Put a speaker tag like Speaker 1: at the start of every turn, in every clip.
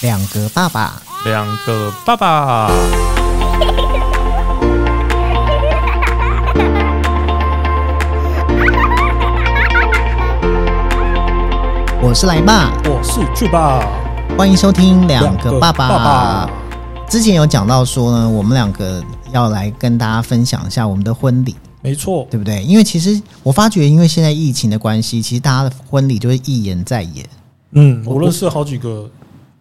Speaker 1: 两个爸爸，
Speaker 2: 两个爸爸。
Speaker 1: 我是来爸，
Speaker 2: 我是巨爸，
Speaker 1: 欢迎收听两个爸爸。之前有讲到说呢，我们两个要来跟大家分享一下我们的婚礼，
Speaker 2: 没错，
Speaker 1: 对不对？因为其实我发觉，因为现在疫情的关系，其实大家的婚礼就是一延再延。
Speaker 2: 嗯，我认识好几个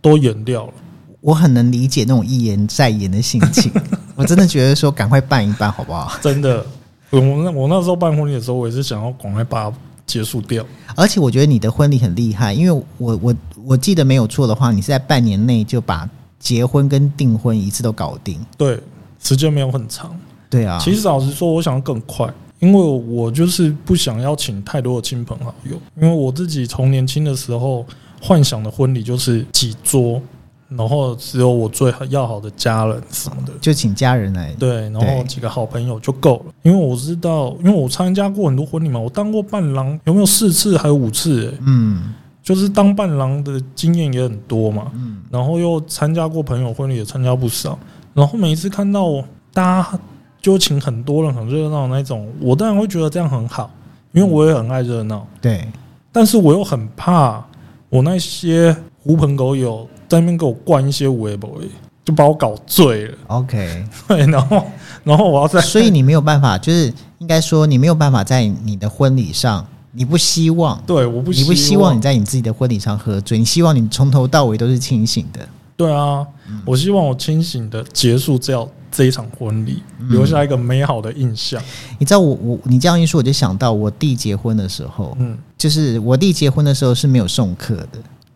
Speaker 2: 都演掉了。
Speaker 1: 我很能理解那种一延再延的心 情，我真的觉得说赶快办一办好不好？
Speaker 2: 真的， 我那我那时候办婚礼的时候，我也是想要赶快把它结束掉。
Speaker 1: 而且我觉得你的婚礼很厉害，因为我我我记得没有错的话，你是在半年内就把结婚跟订婚一次都搞定。
Speaker 2: 对，时间没有很长。
Speaker 1: 对啊，
Speaker 2: 其实老实说，我想要更快，因为我就是不想要请太多的亲朋好友，因为我自己从年轻的时候幻想的婚礼就是几桌，然后只有我最要好的家人什么的。
Speaker 1: 就请家人来。
Speaker 2: 对，然后几个好朋友就够了。因为我知道，因为我参加过很多婚礼嘛，我当过伴郎，有没有四次还有五次、欸？
Speaker 1: 嗯
Speaker 2: 就是当伴郎的经验也很多嘛，
Speaker 1: 嗯，
Speaker 2: 然后又参加过朋友婚礼，也参加不少。然后每一次看到大家就请很多人，很热闹那种，我当然会觉得这样很好，因为我也很爱热闹。
Speaker 1: 对，
Speaker 2: 但是我又很怕我那些狐朋狗友在那边给我灌一些微博，就把我搞醉了。
Speaker 1: OK，
Speaker 2: 对，然后然后我要再
Speaker 1: 所以你没有办法，就是应该说你没有办法在你的婚礼上，你不希望，
Speaker 2: 对，我不
Speaker 1: 你不希望你在你自己的婚礼上喝醉，你希望你从头到尾都是清醒的。
Speaker 2: 对啊，我希望我清醒的结束掉这一场婚礼，
Speaker 1: 嗯
Speaker 2: 留下一个美好的印象。
Speaker 1: 你知道我我你这样一说，我就想到我弟结婚的时候，
Speaker 2: 嗯，
Speaker 1: 就是我弟结婚的时候是没有送客的，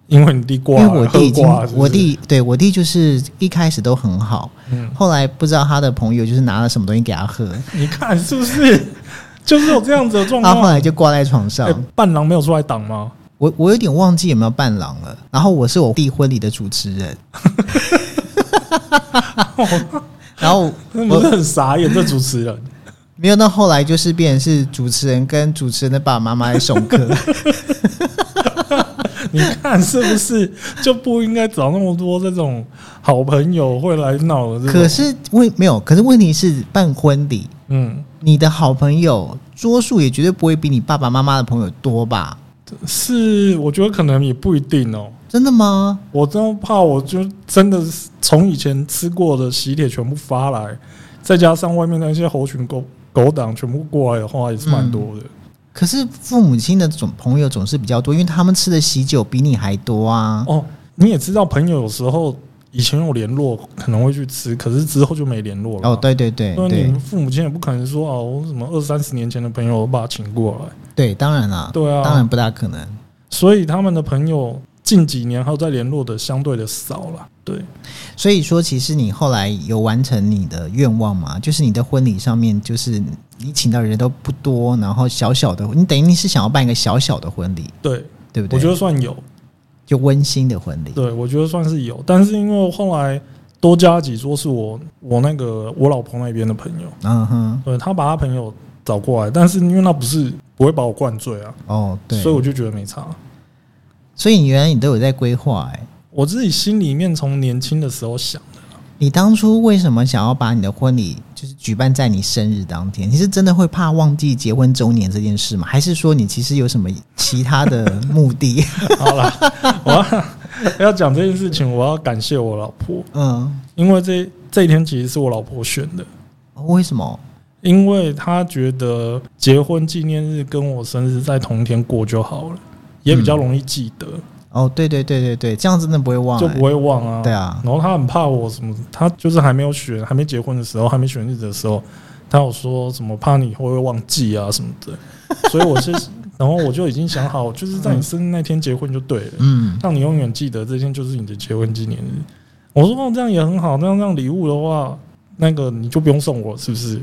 Speaker 2: 因为你弟
Speaker 1: 因
Speaker 2: 挂
Speaker 1: 为
Speaker 2: 了，
Speaker 1: 我弟已经
Speaker 2: 喝挂了是不是
Speaker 1: 我，弟对我弟就是一开始都很好，
Speaker 2: 嗯，
Speaker 1: 后来不知道他的朋友就是拿了什么东西给他喝，
Speaker 2: 你看是不是 就是有这样子的状
Speaker 1: 他后
Speaker 2: 况？
Speaker 1: 来就挂在床上。
Speaker 2: 啊哎伴郎没有出来挡吗？
Speaker 1: 我我有点忘记有没有伴郎了。然后我是我弟婚礼的主持 人，然后
Speaker 2: 那不是很傻眼？这主持人，
Speaker 1: 没有到后来就是变成是主持人跟主持人的爸爸妈妈来送客。
Speaker 2: 你看是不是 就不应该找那么多这种好朋友会来闹的？
Speaker 1: 可，是问没有，可是问题是办婚礼，
Speaker 2: 嗯，
Speaker 1: 你的好朋友桌数也绝对不会比你爸爸妈妈的朋友多吧？
Speaker 2: 是我觉得可能也不一定哦。
Speaker 1: 真的吗？
Speaker 2: 我真的怕，我就真的是从以前吃过的喜帖全部发来，再加上外面那些猴群狗狗党全部过来的话，也是蛮多的。
Speaker 1: 可是父母亲的总朋友总是比较多，因为他们吃的喜酒比你还多啊。
Speaker 2: 哦，你也知道，朋友有时候以前有联络，可能会去吃，可是之后就没联络了。
Speaker 1: 哦，，对对对
Speaker 2: 那
Speaker 1: 对
Speaker 2: 你父母亲也不可能说哦，我什么二三十年前的朋友，我把他请过来。
Speaker 1: 对，当然啦，
Speaker 2: 对啊，
Speaker 1: 嗯当然不大可能。
Speaker 2: 所以他们的朋友近几年还有在联络的，相对的少了。对，
Speaker 1: 所以说，其实你后来有完成你的愿望吗？就是你的婚礼上面，就是你请到人都不多，然后小小的，你等于你是想要办一个小小的婚礼，
Speaker 2: 对，
Speaker 1: 对不对？
Speaker 2: 我觉得算有，
Speaker 1: 就温馨的婚礼。
Speaker 2: 对，我觉得算是有，但是因为后来多加几桌是我我那个我老婆那边的朋友，
Speaker 1: 嗯哼，
Speaker 2: 对他把他朋友找过来，但是因为他不是不会把我灌醉啊，
Speaker 1: 哦，对，
Speaker 2: 所以我就觉得没差。
Speaker 1: 所以你原来你都有在规划哎、
Speaker 2: 我自己心里面从年轻的时候想 的，
Speaker 1: 你当初为什么想要把你的婚礼就是举办在你生日当天？你是真的会怕忘记结婚周年这件事吗？还是说你其实有什么其他的目的？
Speaker 2: 好啦，我要要讲这件事情，我要感谢我老婆，
Speaker 1: 嗯，
Speaker 2: 因为这这一天其实是我老婆选的。
Speaker 1: 哦为什么？
Speaker 2: 因为他觉得结婚纪念日跟我生日在同一天过就好了，也
Speaker 1: 嗯
Speaker 2: 比较容易记得。
Speaker 1: 哦，对对对对对，这样真的不会忘、
Speaker 2: 就
Speaker 1: 哎
Speaker 2: 不会忘啊。
Speaker 1: 对啊
Speaker 2: 然后他很怕我什么，他就是还没有选、还没结婚的时候，还没选日子的时候，他有说什么怕你会不会忘记啊什么 的。所以我是，然后我就已经想好，就是在你生日那天结婚就对了，
Speaker 1: 嗯，
Speaker 2: 让你永远记得这天就是你的结婚纪念日。我说哦，这样也很好，那样让礼物的话，那个你就不用送我，是 不是？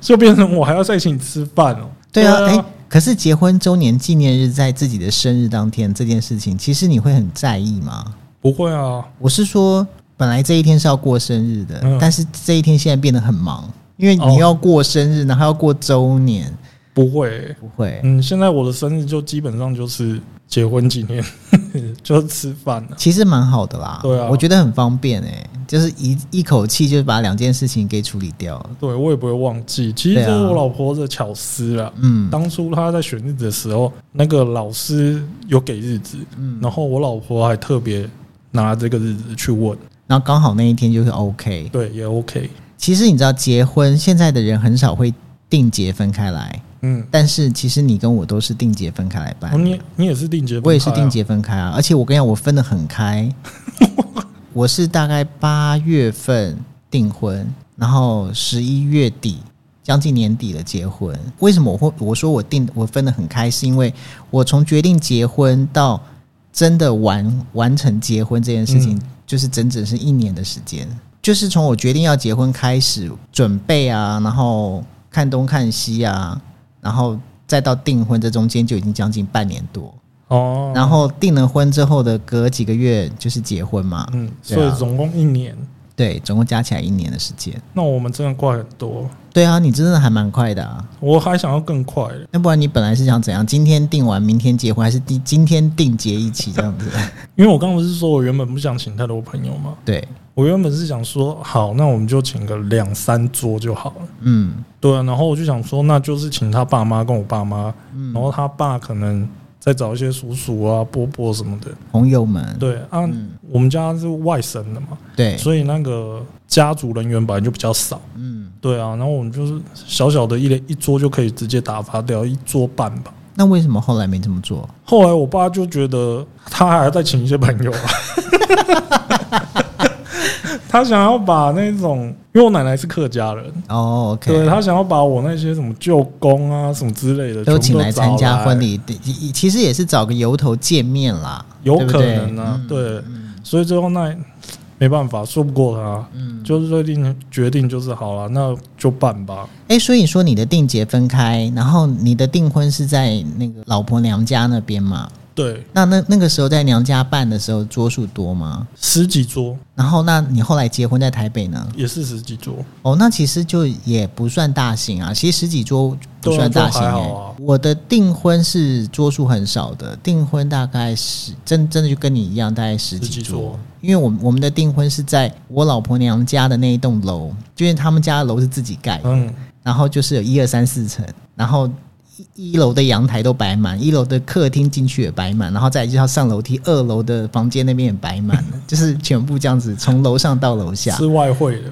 Speaker 2: 就变成我还要再请你吃饭哦。
Speaker 1: 对啊，哎、可是结婚周年纪念日在自己的生日当天这件事情，其实你会很在意吗？
Speaker 2: 不会啊，
Speaker 1: 我是说，本来这一天是要过生日的，
Speaker 2: 嗯
Speaker 1: 但是这一天现在变得很忙，因为你
Speaker 2: 哦
Speaker 1: 要过生日，然后要过周年，
Speaker 2: 不会欸、
Speaker 1: 不会。
Speaker 2: 嗯，现在我的生日就基本上就是结婚纪念， 就是吃饭了、
Speaker 1: 其实蛮好的啦。
Speaker 2: 对啊
Speaker 1: 我觉得很方便哎、就是一一口气就把两件事情给处理掉了。
Speaker 2: 对我也不会忘记。其实
Speaker 1: 对啊
Speaker 2: 这是我老婆的巧思啦。
Speaker 1: 嗯
Speaker 2: 当初她在选日子的时候，那个老师有给日子，
Speaker 1: 嗯，
Speaker 2: 然后我老婆还特别拿这个日子去问，
Speaker 1: 然后刚好那一天就是 OK。
Speaker 2: 对，也 OK。
Speaker 1: 其实你知道，结婚现在的人很少会定结分开来，
Speaker 2: 嗯，
Speaker 1: 但是其实你跟我都是定结分开来办
Speaker 2: 哦，。你你也是定结、
Speaker 1: 我也是定，结分开啊，而且我跟你讲，我分得很开。 我是大概八月份订婚，然后十一月底，将近年底了结婚。为什么我会我说我定我分得很开，是因为我从决定结婚到真的完完成结婚这件事情，
Speaker 2: 嗯
Speaker 1: 就是整整是一年的时间。就是从我决定要结婚开始准备啊，然后看东看西啊，然后再到订婚，这中间就已经将近半年多。
Speaker 2: 哦，
Speaker 1: 然后订了婚之后的隔几个月就是结婚嘛，
Speaker 2: 嗯，
Speaker 1: 对
Speaker 2: 所
Speaker 1: 啊
Speaker 2: 以总共一年，
Speaker 1: 对，总共加起来一年的时间。
Speaker 2: 那我们真的快很多。
Speaker 1: 对啊，你真的还蛮快的啊。
Speaker 2: 我还想要更快的，
Speaker 1: 要不然你本来是想怎样？今天订完，明天结婚，还是今今天订结一起这样 子？
Speaker 2: 因为我刚刚不是说我原本不想请太多朋友嘛，
Speaker 1: 对，
Speaker 2: 我原本是想说，好，那我们就请个两三桌就好了。
Speaker 1: 嗯
Speaker 2: 对啊，然后我就想说，那就是请他爸妈跟我爸妈，然
Speaker 1: 嗯，
Speaker 2: 后他爸可能再找一些叔叔啊、伯伯什么的。
Speaker 1: 朋友们，
Speaker 2: 对啊，
Speaker 1: 嗯
Speaker 2: 我们家是外省的嘛，
Speaker 1: 对，
Speaker 2: 所以那个家族人员本来就比较少。
Speaker 1: 嗯。
Speaker 2: 对啊，然后我们就是小小的一连一桌就可以直接打发掉一桌半吧。
Speaker 1: 那为什么后来没这么做？
Speaker 2: 后来我爸就觉得他还要再请一些朋友 啊，他想要把那种，因为我奶奶是客家人，
Speaker 1: 哦，OK、o
Speaker 2: 对
Speaker 1: k
Speaker 2: 他想要把我那些什么舅公啊什么之类的，
Speaker 1: 都
Speaker 2: 全
Speaker 1: 请
Speaker 2: 部
Speaker 1: 来
Speaker 2: 找
Speaker 1: 参加
Speaker 2: 来
Speaker 1: 婚，礼，其其实也是找个由头见面啦，
Speaker 2: 有
Speaker 1: 对不
Speaker 2: 可
Speaker 1: 对
Speaker 2: 能啊，
Speaker 1: 嗯
Speaker 2: 对，
Speaker 1: 嗯
Speaker 2: 所以最后那没办法，说不过他，
Speaker 1: 嗯，
Speaker 2: 就是最定决定就是好了，那就办吧。
Speaker 1: 哎、所以说你的定结分开，然后你的订婚是在那个老婆娘家那边嘛？
Speaker 2: 对，
Speaker 1: 那那那个时候在娘家办的时候桌数多吗？
Speaker 2: 十几桌
Speaker 1: 然后那你后来结婚在台北呢？
Speaker 2: 也是十几桌，
Speaker 1: 哦，那其实就也不算大型啊，其实十几桌不算大型、
Speaker 2: 对
Speaker 1: 欸
Speaker 2: 啊都还好啊
Speaker 1: 我的订婚是桌数很少的，订婚大概十真真的就跟你一样，大概十
Speaker 2: 十
Speaker 1: 几
Speaker 2: 几
Speaker 1: 桌。
Speaker 2: 桌，
Speaker 1: 因为我们我们的订婚是在我老婆娘家的那一栋楼，就是他们家的楼是自己盖的，
Speaker 2: 嗯，
Speaker 1: 然后就是有一二三四层，然后一一楼的阳台都摆满，一楼的客厅进去也摆满，然后再来就要上楼梯，二楼的房间那边也摆满了，就是全部这样子从楼上到楼下，
Speaker 2: 是外汇的，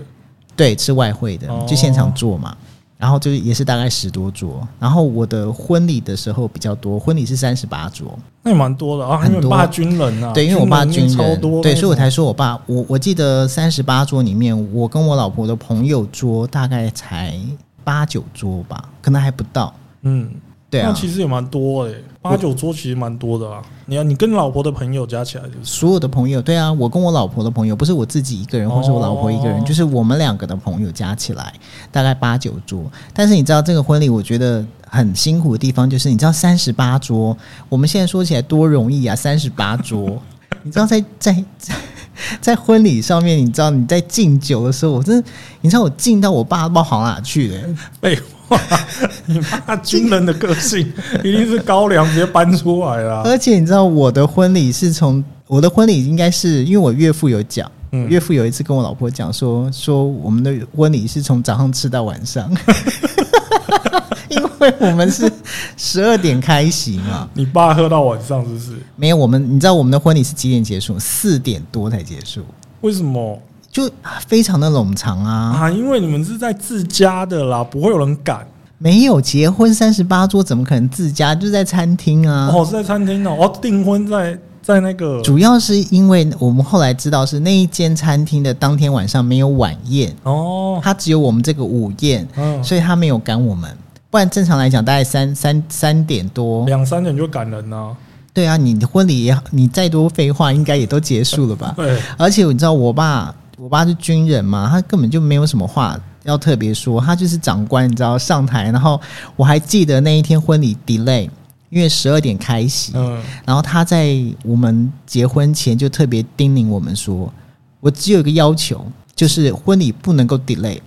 Speaker 1: 对，吃外汇的
Speaker 2: 哦
Speaker 1: 就现场做嘛。然后就是也是大概十多桌，然后我的婚礼的时候比较多，婚礼是三十八桌，
Speaker 2: 那也蛮多的啊，
Speaker 1: 很
Speaker 2: 因为你
Speaker 1: 多
Speaker 2: 爸军人啊，
Speaker 1: 对，因为我爸军
Speaker 2: 人超
Speaker 1: 人，
Speaker 2: 多那种，
Speaker 1: 对，所以我才说我爸，我我记得三十八桌里面，我跟我老婆的朋友桌大概才八九桌吧，可能还不到，
Speaker 2: 嗯，
Speaker 1: 对啊
Speaker 2: 那，其实也蛮多哎、八九桌其实蛮多的啊。你要你跟老婆的朋友加起来就是
Speaker 1: 所有的朋友，对啊，我跟我老婆的朋友，不是我自己一个人，
Speaker 2: 哦
Speaker 1: 或是我老婆一个人，就是我们两个的朋友加起来大概八九桌。但是你知道这个婚礼，我觉得很辛苦的地方就是，你知道三十八桌，我们现在说起来多容易啊，三十八桌，你知道在在在在婚礼上面，你知道你在敬酒的时候，我真的，你知道我敬到我爸不知道跑哪去了、
Speaker 2: 废话，你爸军人的个 性一定是高粱直接搬出来啊啦。
Speaker 1: 而且你知道我的婚礼是从我的婚礼应该是因为我岳父有讲，
Speaker 2: 嗯
Speaker 1: 岳父有一次跟我老婆讲说说我们的婚礼是从早上吃到晚 上，因为我们是十二点开席嘛。
Speaker 2: 你爸喝到晚上是不是？
Speaker 1: 没有，我们你知道我们的婚礼是几点结束？四点多才结束，
Speaker 2: 为什么
Speaker 1: 就非常的冗长啊！
Speaker 2: 啊？因为你们是在自家的啦，不会有人敢。
Speaker 1: 没有结婚三十八桌，怎么可能自家？就是在餐厅啊。
Speaker 2: 哦，是在餐厅哦，哦，订婚在在那个
Speaker 1: 主要是因为我们后来知道是那一间餐厅的当天晚上没有晚宴，
Speaker 2: 哦，
Speaker 1: 他只有我们这个午宴，
Speaker 2: 嗯，
Speaker 1: 所以他没有赶我们。不然正常来讲，大概三三三点多。
Speaker 2: 两三点就赶人啦、？
Speaker 1: 对啊，你的婚礼也好，你再多废话，应该也都结束了吧
Speaker 2: 对，
Speaker 1: 而且你知道，我爸，我爸是军人嘛，他根本就没有什么话要特别说，他就是长官，你知道上台。然后我还记得那一天婚礼 delay，因为十二点开席，
Speaker 2: 嗯，
Speaker 1: 然后他在我们结婚前就特别叮咛我们说，我只有一个要求，就是婚礼不能够 delay。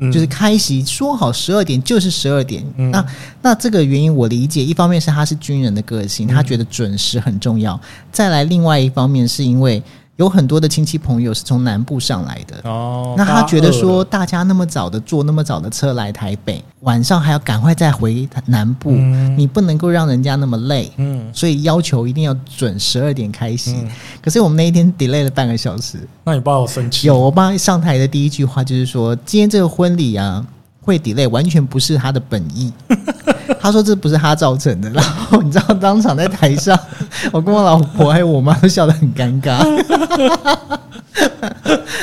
Speaker 2: 嗯
Speaker 1: 就是开席说好十二点就是十二点。
Speaker 2: 嗯
Speaker 1: 那那这个原因我理解，一方面是他是军人的个性，
Speaker 2: 嗯
Speaker 1: 他觉得准时很重要；再来另外一方面是因为有很多的亲戚朋友是从南部上来的。
Speaker 2: 哦，
Speaker 1: 那他觉得说，
Speaker 2: 大
Speaker 1: 大家那么早的坐那么早的车来台北，晚上还要赶快再回南部，
Speaker 2: 嗯
Speaker 1: 你不能够让人家那么累，
Speaker 2: 二了嗯，
Speaker 1: 所以要求一定要准十二点开席。
Speaker 2: 嗯
Speaker 1: 可是我们那一天 delay 了半个小时，
Speaker 2: 那你爸有 生气？
Speaker 1: 有，我爸上台的第一句话就是说，今天这个婚礼啊会 delay，完全不是他的本意。 他说这不是他造成的，然后你知道当场在台上， 我跟我老婆还有我妈都笑得很尴尬。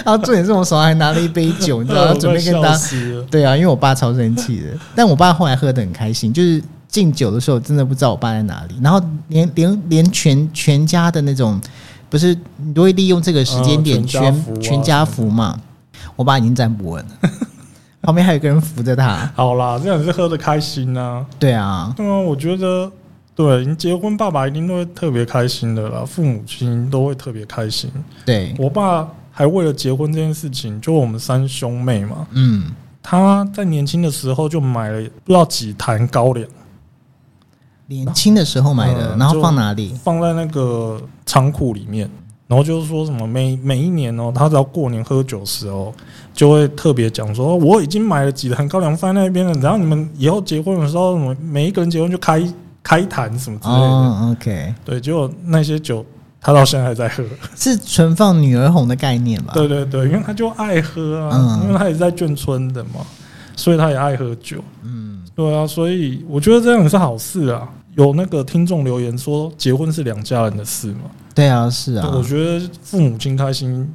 Speaker 1: 然后重点是我手上还拿了一杯酒， 你知道，
Speaker 2: 那
Speaker 1: 要
Speaker 2: 哦我
Speaker 1: 准备跟
Speaker 2: 快
Speaker 1: 大
Speaker 2: 笑
Speaker 1: 家
Speaker 2: 死了
Speaker 1: 对啊，因为我爸超生气 的，但我爸后来喝得很开心，就是敬酒的时候真的不知道我爸在哪里，然后连连连全全家的那种，不是你都会利用这个时间点
Speaker 2: 嗯
Speaker 1: 全、
Speaker 2: 全家福啊
Speaker 1: 全家福嘛，我爸已经站不稳 了，旁边还有一个人扶着他，
Speaker 2: 好啦，这样是喝的开心呐、
Speaker 1: 对啊，
Speaker 2: 对啊，我觉得，对你结婚，爸爸一定都会特别开心的啦，父母亲都会特别开心。
Speaker 1: 对，
Speaker 2: 我爸还为了结婚这件事情，就我们三兄妹嘛，
Speaker 1: 嗯，
Speaker 2: 他在年轻的时候就买了不知道几坛高粱，
Speaker 1: 年轻的时候买的，
Speaker 2: 嗯
Speaker 1: 然后
Speaker 2: 就
Speaker 1: 放哪里？
Speaker 2: 放在那个仓库里面。然后就是说什么每每一年哦，他只要过年喝酒的时候，就会特别讲说哦我已经买了几坛高粱放在那边了，然后你们以后结婚的时候，什么每一个人结婚就开开一坛什么之类的。
Speaker 1: 哦，OK，
Speaker 2: 对，结果那些酒他到现在还 在喝。
Speaker 1: 是存放女儿红的概念吧？
Speaker 2: 对对对，因为他就爱喝啊，
Speaker 1: 嗯
Speaker 2: 因为他也是在眷村的嘛，所以他也爱喝酒。
Speaker 1: 嗯，
Speaker 2: 对啊，所以我觉得这样也是好事啊。有那个听众留言说，结婚是两家人的事嘛，
Speaker 1: 对啊，是啊，
Speaker 2: 我觉得父母亲开心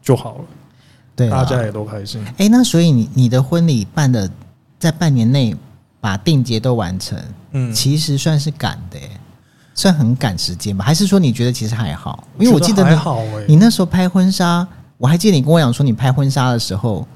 Speaker 2: 就好了，
Speaker 1: 对啊
Speaker 2: 大家也都开心。
Speaker 1: 哎、那所以你你的婚礼办的在半年内把定结都完成，
Speaker 2: 嗯，
Speaker 1: 其实算是赶的、欸，算很赶时间吧？还是说你觉得其实还好？因为我记得
Speaker 2: 觉还
Speaker 1: 你
Speaker 2: 好哎、
Speaker 1: 你那时候拍婚纱，我还记得你跟我讲说你拍婚纱的时候，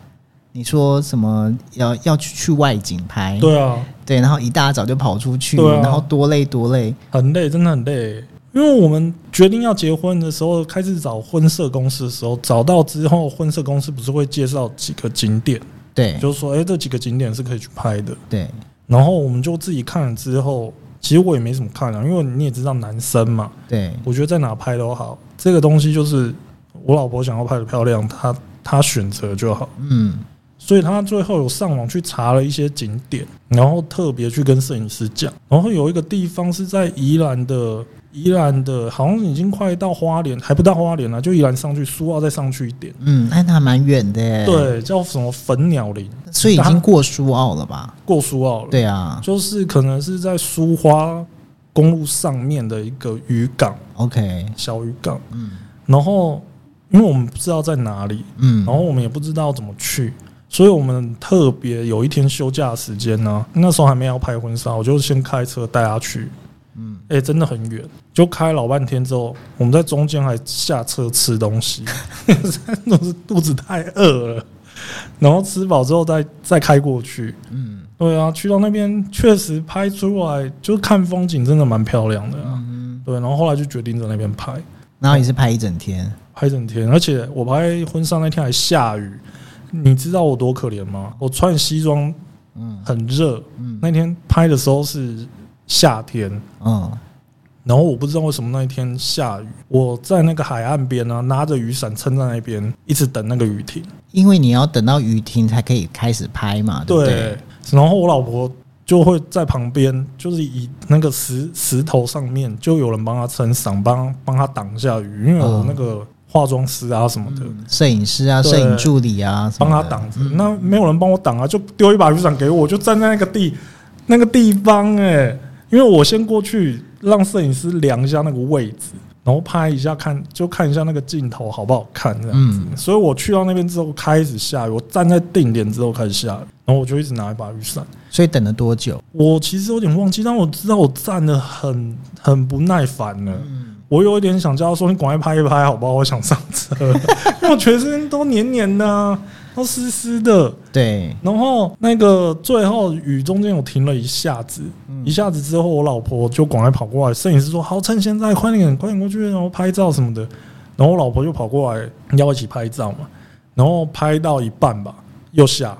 Speaker 1: 你说什么要要去去外景拍，
Speaker 2: 对啊，
Speaker 1: 对然后一大早就跑出去，
Speaker 2: 对啊
Speaker 1: 然后多累多累，
Speaker 2: 很累，真的很累欸。因为我们决定要结婚的时候，开始找婚摄公司的时候，找到之后，婚摄公司不是会介绍几个景点，
Speaker 1: 对
Speaker 2: 就是说，哎、这几个景点是可以去拍的。
Speaker 1: 对，
Speaker 2: 然后我们就自己看了之后，其实我也没怎么看啊，因为你也知道男生嘛，
Speaker 1: 对，
Speaker 2: 我觉得在哪拍都好。这个东西就是我老婆想要拍的漂亮，她她选择就好。
Speaker 1: 嗯，
Speaker 2: 所以她最后有上网去查了一些景点，然后特别去跟摄影师讲。然后有一个地方是在宜兰的，宜兰的好像已经快到花莲，还不到花莲了、就宜兰上去，苏澳再上去一点。
Speaker 1: 嗯，哎，那还蛮远的、欸，，
Speaker 2: 对，叫什么粉鸟林，
Speaker 1: 所以已经过苏澳了吧？
Speaker 2: 过苏澳了。
Speaker 1: 对啊
Speaker 2: 就是可能是在苏花公路上面的一个渔港，
Speaker 1: ，OK，
Speaker 2: 小渔港。
Speaker 1: 嗯
Speaker 2: 然后，因为我们不知道在哪里，
Speaker 1: 嗯，
Speaker 2: 然后我们也不知道怎么去，所以我们特别有一天休假的时间呢、那时候还没有拍婚纱，我就先开车带她去。
Speaker 1: 嗯，
Speaker 2: 哎、真的很远，就开老半天之后，我们在中间还下车吃东西， 都是肚子太饿了。然后吃饱之后再再开过去，
Speaker 1: 嗯。
Speaker 2: 对啊，去到那边确实拍出来，就是看风景真的蛮漂亮的、啊。
Speaker 1: 嗯，
Speaker 2: 对，然后后来就决定在那边拍，
Speaker 1: 然后也是拍一整天，
Speaker 2: 拍一整天，而且我拍婚纱那天还下雨，你知道我多可怜吗？我穿西装
Speaker 1: 嗯
Speaker 2: 很热，
Speaker 1: 嗯
Speaker 2: 那天拍的时候是夏天，
Speaker 1: 嗯，
Speaker 2: 然后我不知道为什么那一天下雨，我在那个海岸边呢、啊，拿着雨伞撑在那边，一直等那个雨停。
Speaker 1: 因为你要等到雨停才可以开始拍嘛，对不对？
Speaker 2: 对，然后我老婆就会在旁边，就是以那个石石头上面就有人帮她撑伞，帮帮她挡一下雨，因为
Speaker 1: 哦
Speaker 2: 有那个化妆师啊什么的。
Speaker 1: 嗯摄影师啊，
Speaker 2: 对
Speaker 1: 摄影助理啊，什
Speaker 2: 帮
Speaker 1: 么
Speaker 2: 她
Speaker 1: 的
Speaker 2: 挡着，那没有人帮我挡啊，就丢一把雨伞给我，我就站在那个地那个地方哎、因为我先过去让摄影师量一下那个位置，然后拍一下看，就看一下那个镜头好不好看这样子。
Speaker 1: 嗯
Speaker 2: 所以我去到那边之后开始下雨，我站在定点之后开始下雨，然后我就一直拿一把雨伞。
Speaker 1: 嗯所以等了多久？
Speaker 2: 我其实有点忘记，但我知道我站的很很不耐烦了。
Speaker 1: 嗯，
Speaker 2: 我有一点想叫他说：“你赶快拍一拍，好不好？我想上车， 因为我全身都黏黏的啊、都湿湿的。
Speaker 1: 对，
Speaker 2: 然后那个最后雨中间有停了一下子，
Speaker 1: 嗯
Speaker 2: 一下子之后，我老婆就赶快跑过来，摄影师说：‘好，趁现在快点，快点过去，然后拍照什么的。’然后我老婆就跑过来要一起拍照嘛，然后拍到一半吧，又下，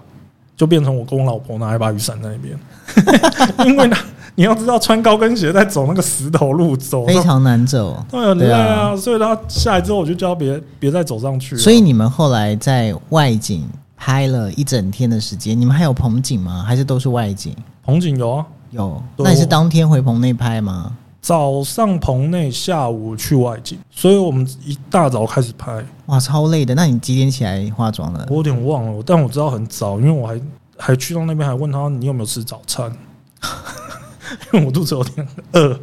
Speaker 2: 就变成我跟我老婆拿一把雨伞在那边， 因为呢，你要知道穿高跟鞋在走那个石头路走，
Speaker 1: 非常难走。
Speaker 2: 会很累
Speaker 1: 对
Speaker 2: 啊，
Speaker 1: 啊
Speaker 2: 所以他下来之后我就叫他别别再走上去了。
Speaker 1: 所以你们后来在外景拍了一整天的时间，你们还有棚景吗？还是都是外景？
Speaker 2: 红景有啊，
Speaker 1: 有，
Speaker 2: 都
Speaker 1: 那你是当天回棚内拍吗？
Speaker 2: 早上棚内，下午去外景，所以我们一大早开始拍。
Speaker 1: 哇，超累的。那你几点起来化妆了？
Speaker 2: 我有点忘了，但我知道很早，因为我还还去到那边还问他你有没有吃早餐，因为我肚子有点饿。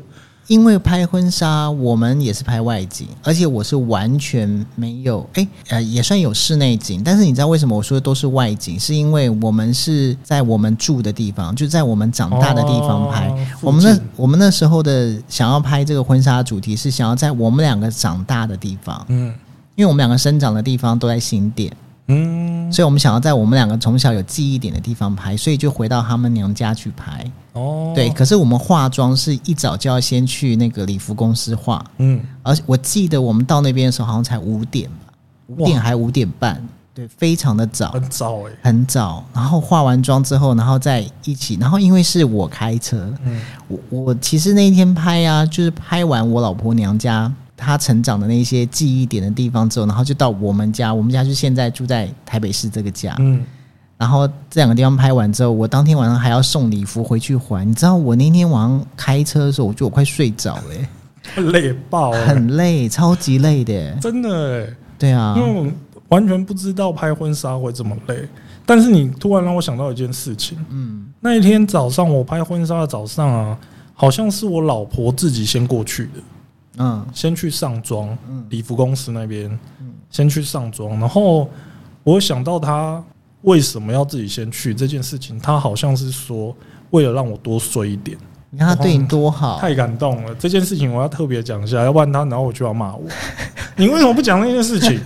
Speaker 1: 因为拍婚纱，我们也是拍外景，而且我是完全没有，诶，呃，也算有室内景。但是你知道为什么我说都是外景？是因为我们是在我们住的地方，就在我们长大的地方拍。
Speaker 2: 哦
Speaker 1: 我们那
Speaker 2: 附近
Speaker 1: 我们那时候的想要拍这个婚纱主题是想要在我们两个长大的地方，
Speaker 2: 嗯
Speaker 1: 因为我们两个生长的地方都在新店，
Speaker 2: 嗯
Speaker 1: 所以我们想要在我们两个从小有记忆点的地方拍，所以就回到他们娘家去拍。
Speaker 2: 哦，
Speaker 1: 对，可是我们化妆是一早就要先去那个礼服公司化，
Speaker 2: 嗯
Speaker 1: 而且我记得我们到那边的时候好像才五点吧，五点还五点半，对，非常的早，
Speaker 2: 很早哎、
Speaker 1: 很早。然后化完妆之后，然后再一起，然后因为是我开车，
Speaker 2: 嗯
Speaker 1: 我我其实那一天拍啊，就是拍完我老婆娘家她成长的那些记忆点的地方之后，然后就到我们家，我们家就现在住在台北市这个家。
Speaker 2: 嗯，
Speaker 1: 然后这两个地方拍完之后，我当天晚上还要送礼服回去还。你知道我那天晚上开车的时候，我觉得我快睡着了
Speaker 2: 嗯
Speaker 1: 耶、
Speaker 2: 累爆、欸，
Speaker 1: 很累，超级累的耶。
Speaker 2: 真的哎、
Speaker 1: 对啊
Speaker 2: 因，为我完全不知道拍婚纱会这么累。但是你突然让我想到一件事情，
Speaker 1: 嗯，
Speaker 2: 那一天早上我拍婚纱的早上啊，好像是我老婆自己先过去的，
Speaker 1: 嗯
Speaker 2: 先去上妆，
Speaker 1: 嗯
Speaker 2: 礼服公司那边
Speaker 1: 嗯
Speaker 2: 先去上妆，然后我想到她为什么要自己先去这件事情，她好像是说为了让我多睡一点，
Speaker 1: 你看他对你多好，
Speaker 2: 太感动了。这件事情我要特别讲一下，要不然她然后我就要骂我， 你为什么不讲那件事情？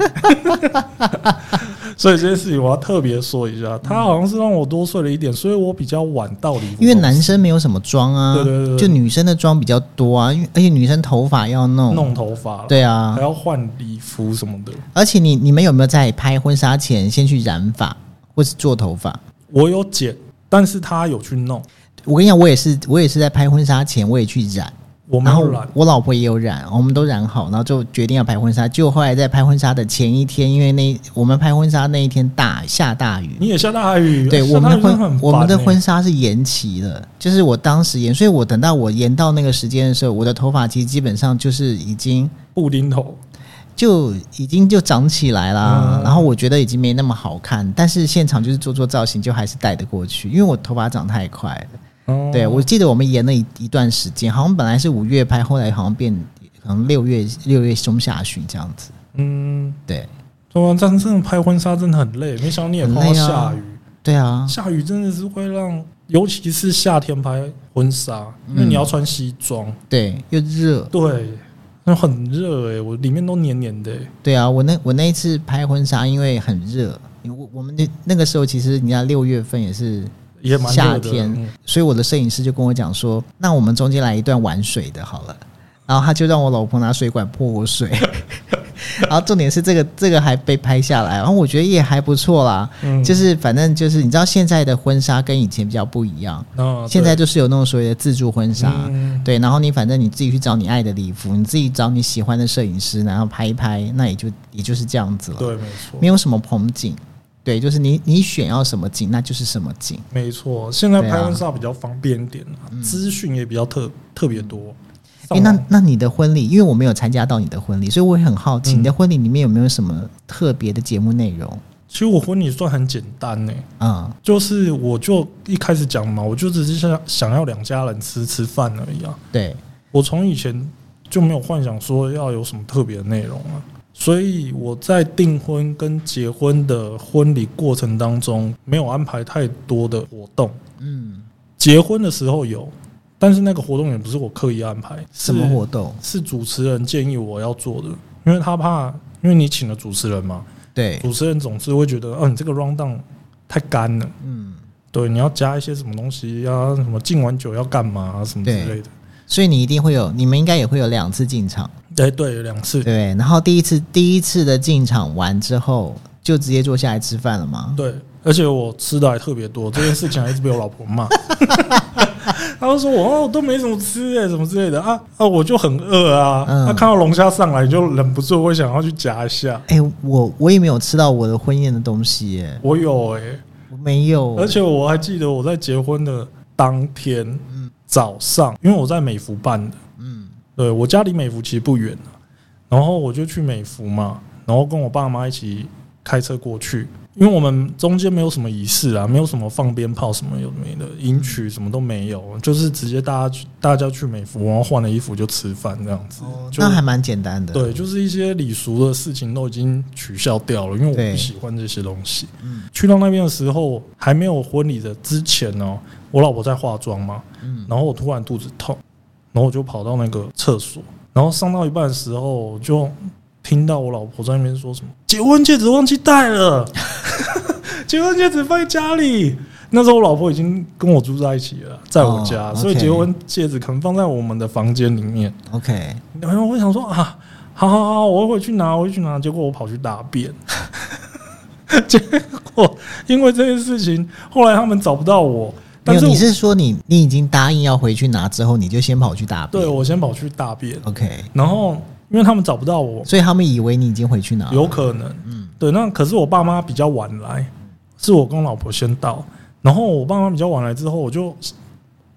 Speaker 2: 所以这件事情我要特别说一下，她好像是让我多睡了一点，所以我比较晚到礼服公司，
Speaker 1: 因为男生没有什么妆啊，
Speaker 2: 对对对对
Speaker 1: 就女生的妆比较多啊，因为而且女生头发要弄，
Speaker 2: 弄头发了，
Speaker 1: 对啊，
Speaker 2: 还要换礼服什么的。
Speaker 1: 而且你你们有没有在拍婚纱前先去染发或是做头发？
Speaker 2: 我有剪，但是他有去弄，
Speaker 1: 我跟你讲，我也是，我也是在拍婚纱前我也去染，
Speaker 2: 我没
Speaker 1: 然后
Speaker 2: 有染。
Speaker 1: 我老婆也有染，我们都染好，然后就决定要拍婚纱。结果后来在拍婚纱的前一天，因为那我们拍婚纱那一天大下大雨，
Speaker 2: 你也下大雨，哎
Speaker 1: 对
Speaker 2: 下
Speaker 1: 我们
Speaker 2: 大
Speaker 1: 的
Speaker 2: 雨真的
Speaker 1: 婚
Speaker 2: 很
Speaker 1: 我们的
Speaker 2: 烦欸
Speaker 1: 婚纱是延期了，就是我当时延，所以我等到我延到那个时间的时候，我的头发其实基本上就是已经
Speaker 2: 布丁头，
Speaker 1: 就已经就长起来啦，
Speaker 2: 嗯
Speaker 1: 然后我觉得已经没那么好看，但是现场就是做做造型，就还是戴得过去，因为我头发长太快了。
Speaker 2: 嗯
Speaker 1: 对，我记得我们延了一一段时间，好像本来是五月拍，后来好像变可能六月六月中下旬这样子。
Speaker 2: 嗯，
Speaker 1: 对，
Speaker 2: 对啊，但真的拍婚纱真的很累，没想到你也碰到
Speaker 1: 很累啊
Speaker 2: 下雨，
Speaker 1: 对啊，
Speaker 2: 下雨真的是会让，尤其是夏天拍婚纱，因为
Speaker 1: 嗯
Speaker 2: 你要穿西装，
Speaker 1: 对，又热，
Speaker 2: 对，那很热哎、我里面都黏黏的欸、
Speaker 1: 对啊，我那我那一次拍婚纱，因为很热，因为我我们那那个时候其实你看六月份也是
Speaker 2: 也蛮
Speaker 1: 夏
Speaker 2: 热的。
Speaker 1: 天
Speaker 2: 嗯
Speaker 1: 所以我的摄影师就跟我讲说，那我们中间来一段玩水的好了。然后他就让我老婆拿水管泼我水， 然后重点是这个这个还被拍下来，然后我觉得也还不错啦。
Speaker 2: 嗯
Speaker 1: 就是反正就是你知道现在的婚纱跟以前比较不一样，
Speaker 2: 啊对
Speaker 1: 现在就是有那种所谓的自助婚纱，
Speaker 2: 嗯
Speaker 1: 对，然后你反正你自己去找你爱的礼服，你自己找你喜欢的摄影师，然后拍一拍，那也就也就是这样子了，
Speaker 2: 对，没错
Speaker 1: 没，有什么棚景，对，就是你你选要什么景，那就是什么景。
Speaker 2: 没错，现在
Speaker 1: 对啊
Speaker 2: 拍婚纱比较方便一点啊，资讯也比较特特别多。
Speaker 1: 嗯诶，那那你的婚礼，因为我没有参加到你的婚礼，所以我也很好奇，
Speaker 2: 嗯
Speaker 1: 你的婚礼里面有没有什么特别的节目内容？
Speaker 2: 其实我婚礼算很简单呢、
Speaker 1: 嗯，
Speaker 2: 就是我就一开始讲嘛，我就只是想想要两家人吃吃饭而已啊。
Speaker 1: 对，
Speaker 2: 我从以前就没有幻想说要有什么特别的内容啊，所以我在订婚跟结婚的婚礼过程当中，没有安排太多的活动。
Speaker 1: 嗯，
Speaker 2: 结婚的时候有，但是那个活动也不是我刻意安排，
Speaker 1: 什
Speaker 2: 是
Speaker 1: 么活动？
Speaker 2: 是主持人建议我要做的，因为他怕，因为你请了主持人嘛，
Speaker 1: 对，
Speaker 2: 主持人总是会觉得，哦，你这个 round down 太干了，
Speaker 1: 嗯，
Speaker 2: 对，你要加一些什么东西呀、什么敬完酒要干嘛啊、什么之类的。
Speaker 1: 所以你一定会有，你们应该也会有两次进场，
Speaker 2: 哎，对，两次
Speaker 1: 对，然后第一次第一次的进场完之后，就直接坐下来吃饭了吗？
Speaker 2: 对，而且我吃的还特别多，这件事情还一直被我老婆骂。 她就说我哦都没什么吃哎、什么之类的啊啊，我就很饿啊。她
Speaker 1: 嗯
Speaker 2: 看到龙虾上来，就忍不住会想要去夹一下。
Speaker 1: 哎、我我也没有吃到我的婚宴的东西耶，
Speaker 2: 我有哎、
Speaker 1: 我没有，
Speaker 2: 而且我还记得我在结婚的当天
Speaker 1: 嗯
Speaker 2: 早上，因为我在美孚办的，
Speaker 1: 嗯
Speaker 2: 对我家离美孚其实不远啊然后我就去美孚嘛，然后跟我爸妈一起开车过去，因为我们中间没有什么仪式啊，没有什么放鞭炮什么有的没的，迎
Speaker 1: 嗯
Speaker 2: 娶什么都没有，就是直接大家去大家去美孚，然后换了衣服就吃饭这样子，就
Speaker 1: 哦那还蛮简单的。
Speaker 2: 对，就是一些礼俗的事情都已经取消掉了，因为我
Speaker 1: 对
Speaker 2: 不喜欢这些东西。
Speaker 1: 嗯
Speaker 2: 去到那边的时候，还没有婚礼的之前哦，我老婆在化妆嘛，
Speaker 1: 嗯，
Speaker 2: 然后我突然肚子痛，然后我就跑到那个厕所，然后上到一半的时候，我就听到我老婆在那边说什么：“结婚戒指忘记带了， 结婚戒指放在家里。”那时候我老婆已经跟我住在一起了，在我家，
Speaker 1: 哦
Speaker 2: 所以
Speaker 1: OK
Speaker 2: 结婚戒指可能放在我们的房间里面。
Speaker 1: OK，
Speaker 2: 然后我想说啊，好好好，我回去拿，我回去拿。结果我跑去大便， 结果因为这件事情，后来他们找不到我，
Speaker 1: 没
Speaker 2: 但
Speaker 1: 有，
Speaker 2: 是我
Speaker 1: 你是说你你已经答应要回去拿之后，你就先跑去打
Speaker 2: 对
Speaker 1: 便
Speaker 2: 我先跑去大便，
Speaker 1: ？OK，
Speaker 2: 然后因为他们找不到我，
Speaker 1: 所以他们以为你已经回去拿了。
Speaker 2: 有可能
Speaker 1: 嗯
Speaker 2: 对。那可是我爸妈比较晚来，是我跟我老婆先到，然后我爸妈比较晚来之后，我就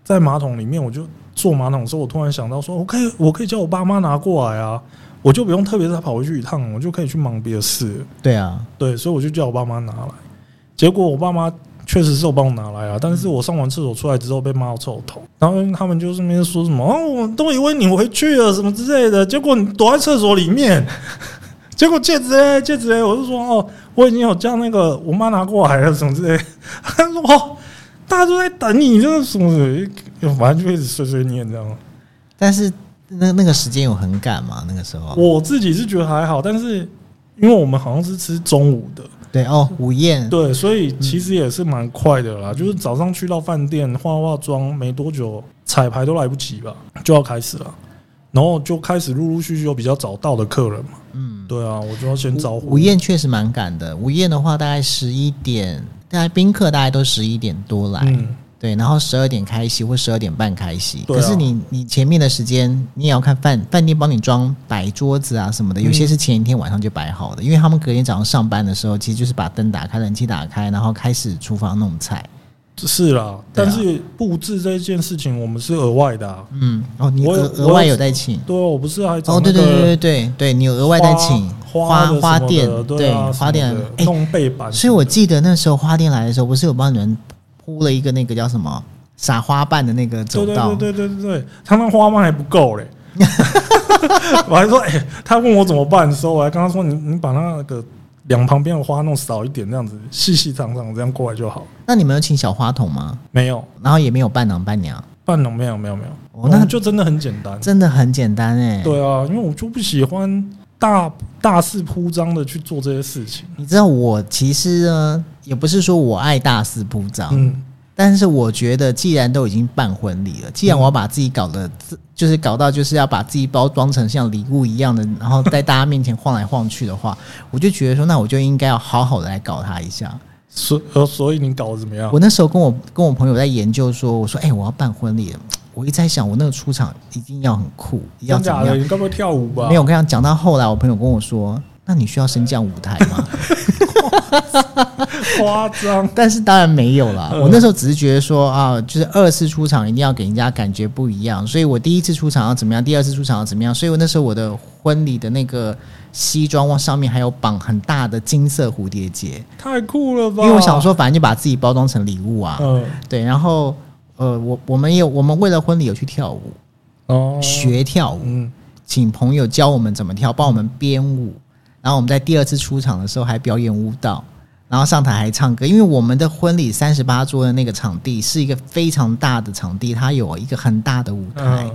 Speaker 2: 在马桶里面，我就坐马桶的时候，我突然想到说，我可以我可以叫我爸妈拿过来啊，我就不用特别再跑回去一趟，我就可以去忙别的事了。
Speaker 1: 对啊，
Speaker 2: 对，所以我就叫我爸妈拿来，结果我爸妈确实是有帮我拿来啊，但是我上完厕所出来之后被骂到臭头，然后他们就那边说什么哦，我们都以为你回去了什么之类的，结果你躲在厕所里面， 结果戒指嘞戒指嘞，我就说哦，我已经有叫那个我妈拿过来了什么之类的，他说哦，大家都在等你，这个什么什么，反正就一直碎碎念这样。
Speaker 1: 但是那那个时间有很赶嘛？那个时候，
Speaker 2: 我自己是觉得还好，但是因为我们好像是吃中午的。
Speaker 1: 对哦，午宴，
Speaker 2: 对，所以其实也是蛮快的
Speaker 1: 嗯
Speaker 2: 啦，就是早上去到饭店化化妆，没多久彩排都来不及吧，就要开始了。然后就开始陆陆续续有比较早到的客人嘛，
Speaker 1: 嗯，
Speaker 2: 对啊，我就要先招
Speaker 1: 午
Speaker 2: 呼。
Speaker 1: 午宴确实蛮赶的。午宴的话，大概十一点，大概宾客大概都十一点多来，
Speaker 2: 嗯，
Speaker 1: 对，然后十二点开席或十二点半开席。
Speaker 2: 对啊
Speaker 1: 可是你你前面的时间，你也要看饭饭店帮你装摆桌子啊什么的，有
Speaker 2: 嗯
Speaker 1: 些是前一天晚上就摆好的，因为他们隔天早上上班的时候，其实就是把灯打开，冷气打开，然后开始厨房弄菜。
Speaker 2: 是啦，
Speaker 1: 对啊
Speaker 2: 但是布置这件事情我们是额外的啊。
Speaker 1: 嗯，哦，你
Speaker 2: 我有
Speaker 1: 额额
Speaker 2: 我
Speaker 1: 外
Speaker 2: 有
Speaker 1: 有在请。
Speaker 2: 对啊，我不是还找
Speaker 1: 哦，
Speaker 2: 那
Speaker 1: 对对对
Speaker 2: 个
Speaker 1: 对对对，你有额外在请
Speaker 2: 花的
Speaker 1: 花
Speaker 2: 什么的
Speaker 1: 店，
Speaker 2: 对啊，
Speaker 1: 花
Speaker 2: 什
Speaker 1: 店
Speaker 2: 么的，
Speaker 1: 哎，
Speaker 2: 弄背板什么的。
Speaker 1: 所以我记得那时候花店来的时候，不是有帮你们铺了一个那个叫什么撒花瓣的那个走
Speaker 2: 对对
Speaker 1: 道？
Speaker 2: 对对对对对，他那花瓣还不够 嘞。我还说，哎、他问我怎么办的时候，我还跟他说，你你把那个两旁边的花弄少一点，这样子细细长长这样过来就好。
Speaker 1: 那你们有请小花童吗？
Speaker 2: 没有，
Speaker 1: 然后也没有伴郎伴娘，
Speaker 2: 伴郎没有没有没有，
Speaker 1: 哦那
Speaker 2: 我们就真的很简单。
Speaker 1: 真的很简单哎、，
Speaker 2: 对啊，因为我就不喜欢大大肆铺张的去做这些事情。
Speaker 1: 你知道我其实呢，也不是说我爱大肆铺张，
Speaker 2: 嗯，
Speaker 1: 但是我觉得既然都已经办婚礼了，既然我要把自己搞得自，就是搞到就是要把自己包装成像礼物一样的，然后在大家面前晃来晃去的话， 我就觉得说，那我就应该要好好的来搞他一下。
Speaker 2: 所呃，所以你搞得怎么样？
Speaker 1: 我那时候跟我跟我朋友在研究说，我说，哎、我要办婚礼了，我一直在想，我那个出场一定要很酷，要
Speaker 2: 真
Speaker 1: 怎
Speaker 2: 假
Speaker 1: 么样
Speaker 2: 的？？啊你该不会跳舞吧？
Speaker 1: 没有，我跟你讲，讲到后来，我朋友跟我说，那你需要升降舞台 吗？
Speaker 2: 夸张。
Speaker 1: 但是当然没有啦。
Speaker 2: 嗯
Speaker 1: 我那时候只是觉得说啊，就是二次出场一定要给人家感觉不一样，所以我第一次出场要怎么样，第二次出场要怎么样，所以我那时候我的婚礼的那个西装往上面还有绑很大的金色蝴蝶结，
Speaker 2: 太酷了吧！
Speaker 1: 因为我想，说，反正就把自己包装成礼物啊。
Speaker 2: 嗯，
Speaker 1: 对，然后呃，我我们也有我们为了婚礼有去跳舞，
Speaker 2: 哦，
Speaker 1: 学跳舞，
Speaker 2: 嗯，
Speaker 1: 请朋友教我们怎么跳，帮我们编舞。然后我们在第二次出场的时候还表演舞蹈，然后上台还唱歌。因为我们的婚礼三十八桌的那个场地是一个非常大的场地，它有一个很大的舞台。
Speaker 2: 嗯，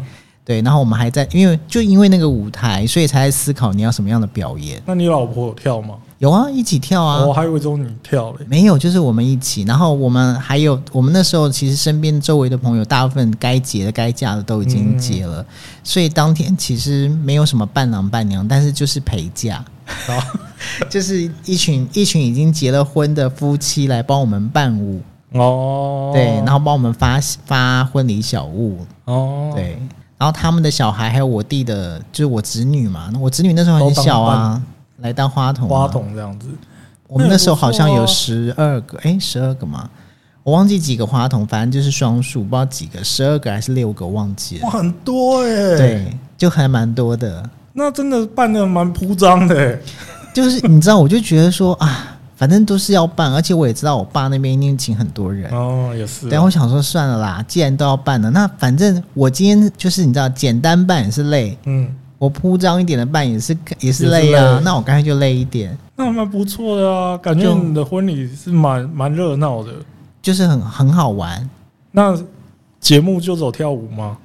Speaker 1: 对，然后我们还在，因为就因为那个舞台，所以才在思考你要什么样的表演。
Speaker 2: 那你老婆有跳吗？
Speaker 1: 有啊，一起跳啊。
Speaker 2: 我还以为只有你跳嘞。
Speaker 1: 没有，就是我们一起，然后我们还有我们那时候其实身边周围的朋友，大部分该结的、该嫁的都已经结
Speaker 2: 嗯
Speaker 1: 了，所以当天其实没有什么伴郎伴娘，但是就是陪嫁，
Speaker 2: 然后
Speaker 1: 就是一群一群已经结了婚的夫妻来帮我们伴舞，
Speaker 2: 哦，
Speaker 1: 对，然后帮我们发发婚礼小物，
Speaker 2: 哦，
Speaker 1: 对，然后他们的小孩还有我弟的，就是我侄女嘛，那我侄女那时候很小啊，来当花童、啊
Speaker 2: 花，童这样子，
Speaker 1: 我们那时候好像
Speaker 2: 那
Speaker 1: 有
Speaker 2: 很不哦
Speaker 1: 十二个，哎，十二个嘛，我忘记几个花童，反正就是双数，不知道几个，十二个还是六个，忘记了
Speaker 2: 哇，，很多哎、，
Speaker 1: 对，就还蛮多的。
Speaker 2: 那真的办的蛮铺张的、欸，
Speaker 1: 就是你知道，我就觉得说啊，反正都是要办，而且我也知道我爸那边一定请很多人。
Speaker 2: 哦，也是
Speaker 1: 然后我想说算了啦，既然都要办了，那反正我今天就是你知道，简单办也是累，
Speaker 2: 嗯，
Speaker 1: 我铺张一点的办也是也是
Speaker 2: 也是
Speaker 1: 累啊。
Speaker 2: 累
Speaker 1: 那我干脆就累一点，
Speaker 2: 那蛮不错的啊，感觉
Speaker 1: 就
Speaker 2: 你的婚礼是蛮蛮热闹的。
Speaker 1: 就是很很好玩。
Speaker 2: 那节目就走跳舞吗？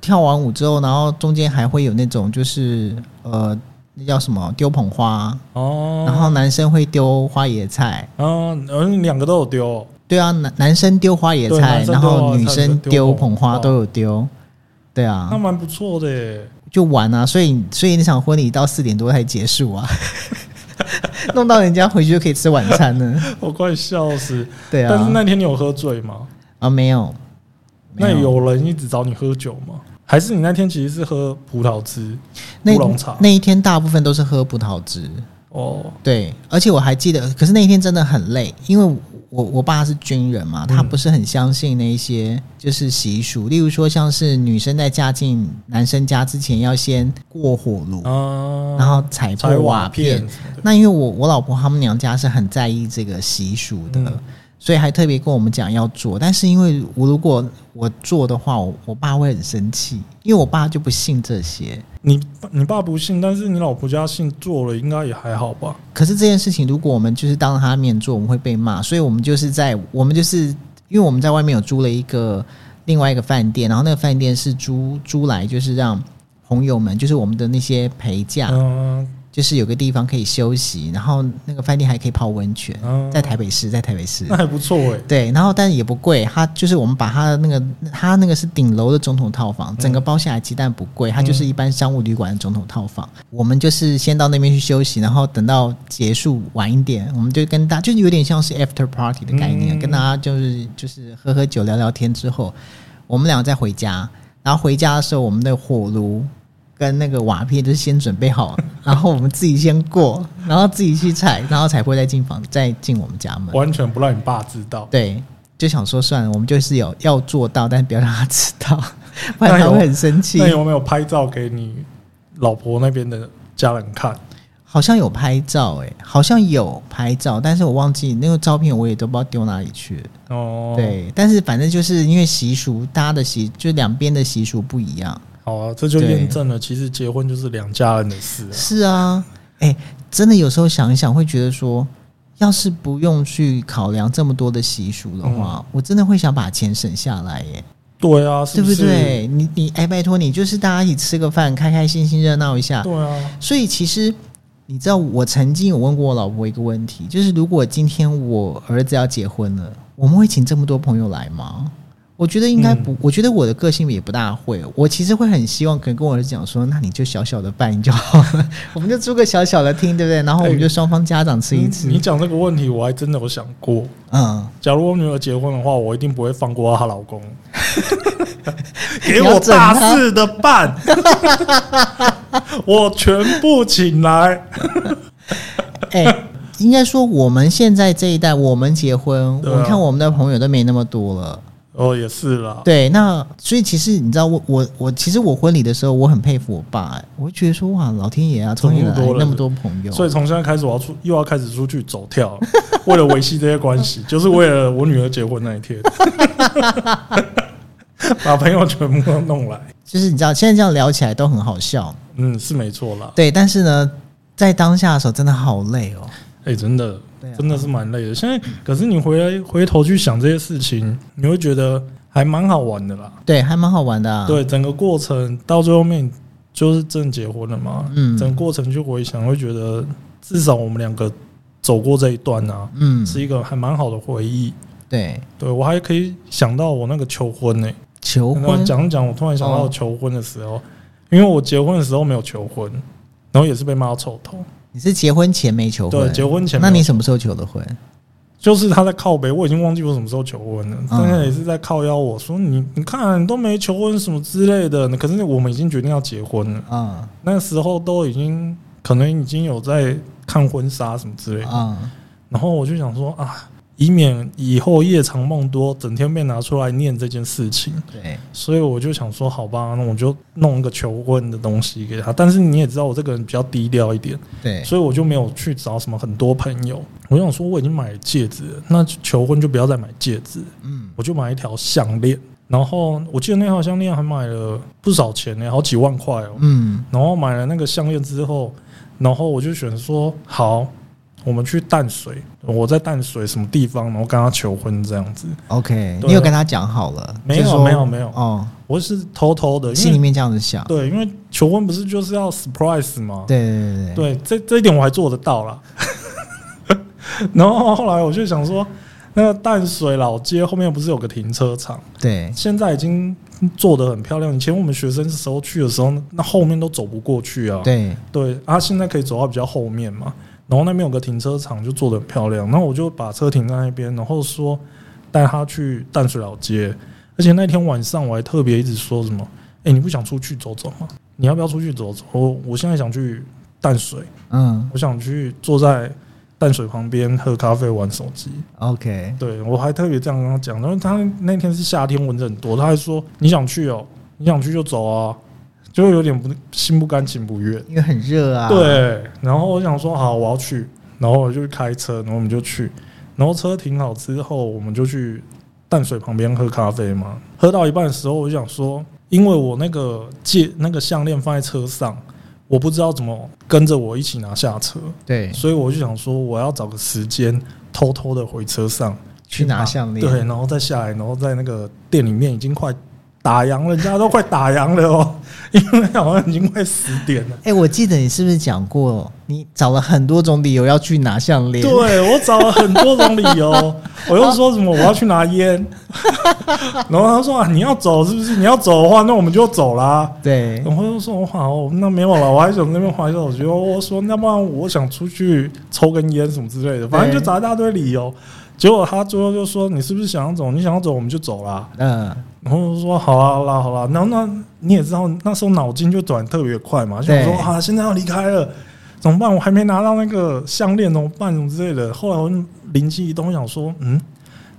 Speaker 1: 跳完舞之后，然后中间还会有那种就是呃，那叫什么丢捧花，
Speaker 2: 哦，
Speaker 1: 然后男生会丢花野菜，
Speaker 2: 啊，嗯，你两个都有丢哦、
Speaker 1: 对啊，男男生丢花野
Speaker 2: 对
Speaker 1: 菜
Speaker 2: 男，生
Speaker 1: 然
Speaker 2: 丢
Speaker 1: 后
Speaker 2: 花野
Speaker 1: 女
Speaker 2: 菜
Speaker 1: 生
Speaker 2: 丢
Speaker 1: 丢
Speaker 2: 捧
Speaker 1: 捧花
Speaker 2: 花
Speaker 1: 都有丢，对啊
Speaker 2: 那，蛮不错的、欸。
Speaker 1: 就玩啊，所以所以那场婚礼到四点多才结束啊， 弄到人家回去就可以吃晚餐了，
Speaker 2: 我快笑死！
Speaker 1: 对啊，
Speaker 2: 但是那天你有喝醉吗？
Speaker 1: 啊没有，
Speaker 2: 那
Speaker 1: 没
Speaker 2: 有人一直找你喝酒吗？还是你那天其实是喝葡萄汁、
Speaker 1: 那
Speaker 2: 乌龙茶？
Speaker 1: 那一天大部分都是喝葡萄汁，
Speaker 2: 哦，
Speaker 1: 对，而且我还记得，可是那一天真的很累，因为我我爸是军人嘛，他
Speaker 2: 嗯
Speaker 1: 不是很相信那一些就是习俗，例如说像是女生在嫁进男生家之前要先过火炉，
Speaker 2: 啊，
Speaker 1: 然后踩
Speaker 2: 拆
Speaker 1: 破瓦
Speaker 2: 瓦
Speaker 1: 片。
Speaker 2: 什么的
Speaker 1: 那因为我我老婆他们娘家是很在意这个习俗的，
Speaker 2: 嗯
Speaker 1: 所以还特别跟我们讲要做。但是因为我如果我做的话，我我爸会很生气，因为我爸就不信这些。
Speaker 2: 你你爸不信，但是你老婆家信，做了应该也还好吧？
Speaker 1: 可是这件事情，如果我们就是当着他面做，我们会被骂，所以我们就是在我们就是因为我们在外面有租了一个另外一个饭店，然后那个饭店是租租来就是让朋友们，就是我们的那些陪嫁，
Speaker 2: 嗯
Speaker 1: 就是有个地方可以休息，然后那个饭店还可以泡温泉，
Speaker 2: 嗯，
Speaker 1: 在台北市，在台北市
Speaker 2: 那。还不错哎、
Speaker 1: 对，然后但也不贵，它就是我们把它的那个，它那个是顶楼的总统套房，整个包下来鸡蛋不贵，它就是一般商务旅馆的总统套房。我们就是先到那边去休息，然后等到结束晚一点，我们就跟大就是有点像是 after party 的概念，
Speaker 2: 嗯
Speaker 1: 跟大家就是就是喝喝酒聊聊天之后，我们俩再回家。然后回家的时候，我们的火炉跟那个瓦片就是先准备好，然后我们自己先过，然后自己去踩，然后才不会再进房再进我们家门。
Speaker 2: 完全不让你爸知道。
Speaker 1: 对，就想说算了，我们就是有要做到，但不要让他知 道，不
Speaker 2: 那
Speaker 1: 然
Speaker 2: 有
Speaker 1: 他会很生气
Speaker 2: 那。有没有拍照给你老婆那边的家人看？
Speaker 1: 好像有拍照、欸，好像有拍照，但是我忘记那个照片，我也都不知道丢哪里去了。
Speaker 2: 哦，，
Speaker 1: 对，但是反正就是因为习俗，大家的习就两边的习俗不一样。
Speaker 2: 好啊，这就
Speaker 1: 对
Speaker 2: 验证了，其实结婚就是两家人的事啊。
Speaker 1: 是啊，哎、真的有时候想一想，会觉得说，要是不用去考量这么多的习俗的话，我真的会想把钱省下来、耶。
Speaker 2: 对啊，嗯是
Speaker 1: 对不
Speaker 2: 是？
Speaker 1: 对？你你哎，拜托你，就是大家一起吃个饭，开开心心热闹一下。
Speaker 2: 对啊，
Speaker 1: 所以其实你知道，我曾经有问过我老婆一个问题，就是如果今天我儿子要结婚了，我们会请这么多朋友来吗？我觉得应
Speaker 2: 嗯
Speaker 1: 该不，我觉得我的个性也不大会。我其实会很希望，可能跟我儿子讲说，那你就小小的办就好了， 我们就租个小小的厅，对不对？然后我们就双方家长吃一次
Speaker 2: 嗯你。你讲这个问题，我还真的有想过。
Speaker 1: 嗯，
Speaker 2: 假如我女儿结婚的话，我一定不会放过她老 公。给
Speaker 1: 你要
Speaker 2: 我
Speaker 1: 整
Speaker 2: 大
Speaker 1: 她
Speaker 2: 事的办， 我全部请来。
Speaker 1: 哎、应该说我们现在这一代，我们结婚，
Speaker 2: 对啊
Speaker 1: 我看我们的朋友都没那么多了。
Speaker 2: 哦，也是啦。
Speaker 1: 对，那所以其实你知道我，我我其实我婚礼的时候，我很佩服我爸、哎我会觉得说哇，老天爷啊，终于
Speaker 2: 这么
Speaker 1: 来
Speaker 2: 多人
Speaker 1: 那么多朋友，
Speaker 2: 所以从现在开始，我要出又要开始出去走跳了，为了维系这些关 系，就是为了我女儿结婚那一天， 把朋友全部都弄来。
Speaker 1: 就是你知道，现在这样聊起来都很好笑，
Speaker 2: 嗯，是没错啦。
Speaker 1: 对，但是呢，在当下的时候真的好累哦，
Speaker 2: 哎、真的
Speaker 1: 对啊，
Speaker 2: 真的是蛮累的。现在可是你回来回头去想这些事情，你会觉得还蛮好玩的啦。
Speaker 1: 对，还蛮好玩的、啊，，
Speaker 2: 对，整个过程到最后面就是真结婚了嘛。
Speaker 1: 嗯
Speaker 2: 整个过程去回想，会觉得至少我们两个走过这一段啊，
Speaker 1: 嗯，
Speaker 2: 是一个还蛮好的回忆。
Speaker 1: 对，
Speaker 2: 对我还可以想到我那个求婚呢、
Speaker 1: 求
Speaker 2: 那
Speaker 1: 婚，
Speaker 2: 讲一讲，我突然想到
Speaker 1: 哦
Speaker 2: 求婚的时候，因为我结婚的时候没有求婚，然后也是被骂到臭头。
Speaker 1: 你你是结婚前没求婚？
Speaker 2: 对，结婚前没
Speaker 1: 那
Speaker 2: 有
Speaker 1: 你什么时候求的婚？
Speaker 2: 就是他在靠北，我已经忘记我什么时候求婚了，但他也是在靠邀我说你你看你都没求婚什么之类的，可是我们已经决定要结婚了，
Speaker 1: 啊
Speaker 2: 那时候都已经可能已经有在看婚纱什么之类的，
Speaker 1: 啊
Speaker 2: 然后我就想说啊，以免以后夜长梦多，整天被拿出来念这件事情，
Speaker 1: 对，
Speaker 2: 所以我就想说好吧，那我就弄一个求婚的东西给他，但是你也知道我这个人比较低调一点。
Speaker 1: 对，
Speaker 2: 所以我就没有去找什么很多朋友。我想说我已经买戒指了，那求婚就不要再买戒指，
Speaker 1: 嗯，
Speaker 2: 我就买一条项链。然后我记得那条项链还买了不少钱呢、好几万块哦、
Speaker 1: 嗯，
Speaker 2: 然后买了那个项链之后，然后我就选说好，我们去淡水，我在淡水什么地方，然后跟他求婚这样子。
Speaker 1: OK，
Speaker 2: 对
Speaker 1: 你有跟他讲好了？
Speaker 2: 没有
Speaker 1: 就说
Speaker 2: 没有没有
Speaker 1: 哦，
Speaker 2: 我是偷偷的，
Speaker 1: 心里
Speaker 2: 因为
Speaker 1: 面这样子想。对
Speaker 2: 对，因为求婚不是就是要 surprise 吗？
Speaker 1: 对对对
Speaker 2: 对，这这一点我还做得到啦。 然后后来我就想说，那个淡水老街后面不是有个停车场？
Speaker 1: 对
Speaker 2: 现在已经做得很漂亮。以前我们学生时候去的时候，那后面都走不过去啊。
Speaker 1: 对
Speaker 2: 对，啊，现在可以走到比较后面嘛。然后那边有个停车场，就做得很漂亮。然后我就把车停在那边，然后说带他去淡水老街。而且那天晚上我还特别一直说什么：“哎、你不想出去走走吗？你要不要出去走走？我我现在想去淡水。”
Speaker 1: 嗯
Speaker 2: 我想去坐在淡水旁边喝咖啡玩手机。
Speaker 1: ，OK，
Speaker 2: 对我还特别这样跟他讲，然后他那天是夏天蚊子很多，他还说你想去哦，你想去就走啊， 就有点不心不甘情不愿。
Speaker 1: 因为很热啊。，
Speaker 2: 对，然后我想说好，我要去，然后我就开车，然后我们就去，然后车停好之后，我们就去淡水旁边喝咖啡嘛。喝到一半的时候，我就想说，因为我那个戒那个项链放在车上，我不知道怎么跟着我一起拿下车，
Speaker 1: 对，
Speaker 2: 所以我就想说，我要找个时间偷偷的回车上
Speaker 1: 去拿
Speaker 2: 把
Speaker 1: 项链
Speaker 2: 对，然后再下来，然后在那个店里面已经快打烊了，人家都快打烊了哦， 因为好像已经快十点了。
Speaker 1: 哎、我记得你是不是讲过，你找了很多种理由要去拿项链？
Speaker 2: 对我找了很多种理 由，我又说什么我要去拿烟， 然后他说啊你要走是不是？你要走的话，那我们就走啦。
Speaker 1: 对
Speaker 2: 然后又说好，那没有了，我还想那边滑一下手机。哦我说那不然我想出去抽根烟什么之类的，反正就找一大堆理由。结果他最后就说你是不是想要走？你想要走我们就走啦。
Speaker 1: 嗯、
Speaker 2: 然后我就说好啦好啦好啦。然后那你也知道那时候脑筋就转特别快嘛，就想说
Speaker 1: 对
Speaker 2: 啊现在要离开了。怎么办？我还没拿到那个项链，怎么办？什么之类的。后来我就灵机一动，我想说，嗯，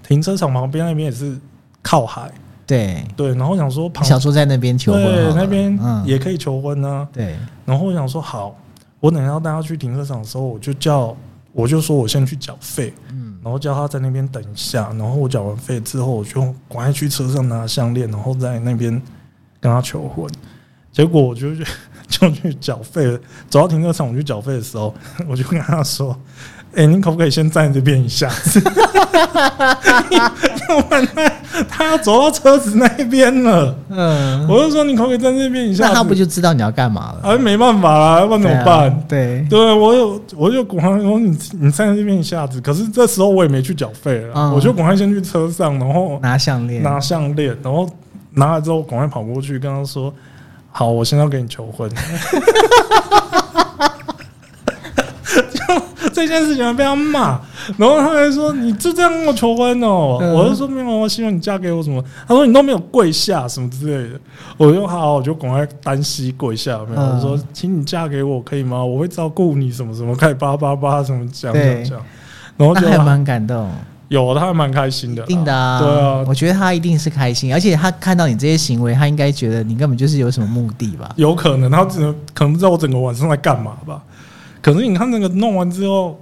Speaker 2: 停车场旁边那边也是靠海，
Speaker 1: 对，
Speaker 2: 对。然后想说旁
Speaker 1: 你想说在那边求婚好
Speaker 2: 对
Speaker 1: 了，
Speaker 2: 那边
Speaker 1: 嗯，
Speaker 2: 也可以求婚啊。
Speaker 1: 对
Speaker 2: 然后我想说，好，我等一下带他去停车场的时候，我就叫，我就说我先去缴费，
Speaker 1: 嗯
Speaker 2: 然后叫他在那边等一下，然后我缴完费之后，我就赶快去车上拿项链，然后在那边跟他求婚。结果我就去 就去缴费了，走到停车场我去缴费的时候，我就跟他说：“哎、你可不可以先站这边一下子？ 要不然他他要走到车子那边了。”
Speaker 1: 嗯，
Speaker 2: 我就说：“你可不可以站这边一下子？”
Speaker 1: 那他不就知道你要干嘛了？
Speaker 2: 啊，没办法啦，要不然怎么办？
Speaker 1: 对啊
Speaker 2: 对，我有，我就赶快说你你站在这边一下子，可是这时候我也没去缴费了，
Speaker 1: 嗯
Speaker 2: 我就赶快先去车上，然
Speaker 1: 对，
Speaker 2: 后
Speaker 1: 拿项链，
Speaker 2: 拿项链，然后拿了之后赶快跑过去跟他说：“好，我现在要跟你求婚。” 就这件事情还被他骂，然后他还说：“你就这样跟我求婚哦？”
Speaker 1: 嗯
Speaker 2: 我就说：“没有，我希望你嫁给我什么？”他说：“你都没有跪下什么之类的。”我就好，我就赶快单膝跪下，有没有？
Speaker 1: 嗯
Speaker 2: 我说：“请你嫁给我可以吗？我会照顾你什么什么，开始叭叭叭什么讲
Speaker 1: 对
Speaker 2: 讲讲。”然后就
Speaker 1: 那还蛮感动，
Speaker 2: 有，他还蛮开心的啦，
Speaker 1: 一定的啊，
Speaker 2: 对啊，
Speaker 1: 我觉得他一定是开心，而且他看到你这些行为，他应该觉得你根本就是有什么目的吧？
Speaker 2: 有可能他只能可能不知道我整个晚上在干嘛吧。可是你看那个弄完之后，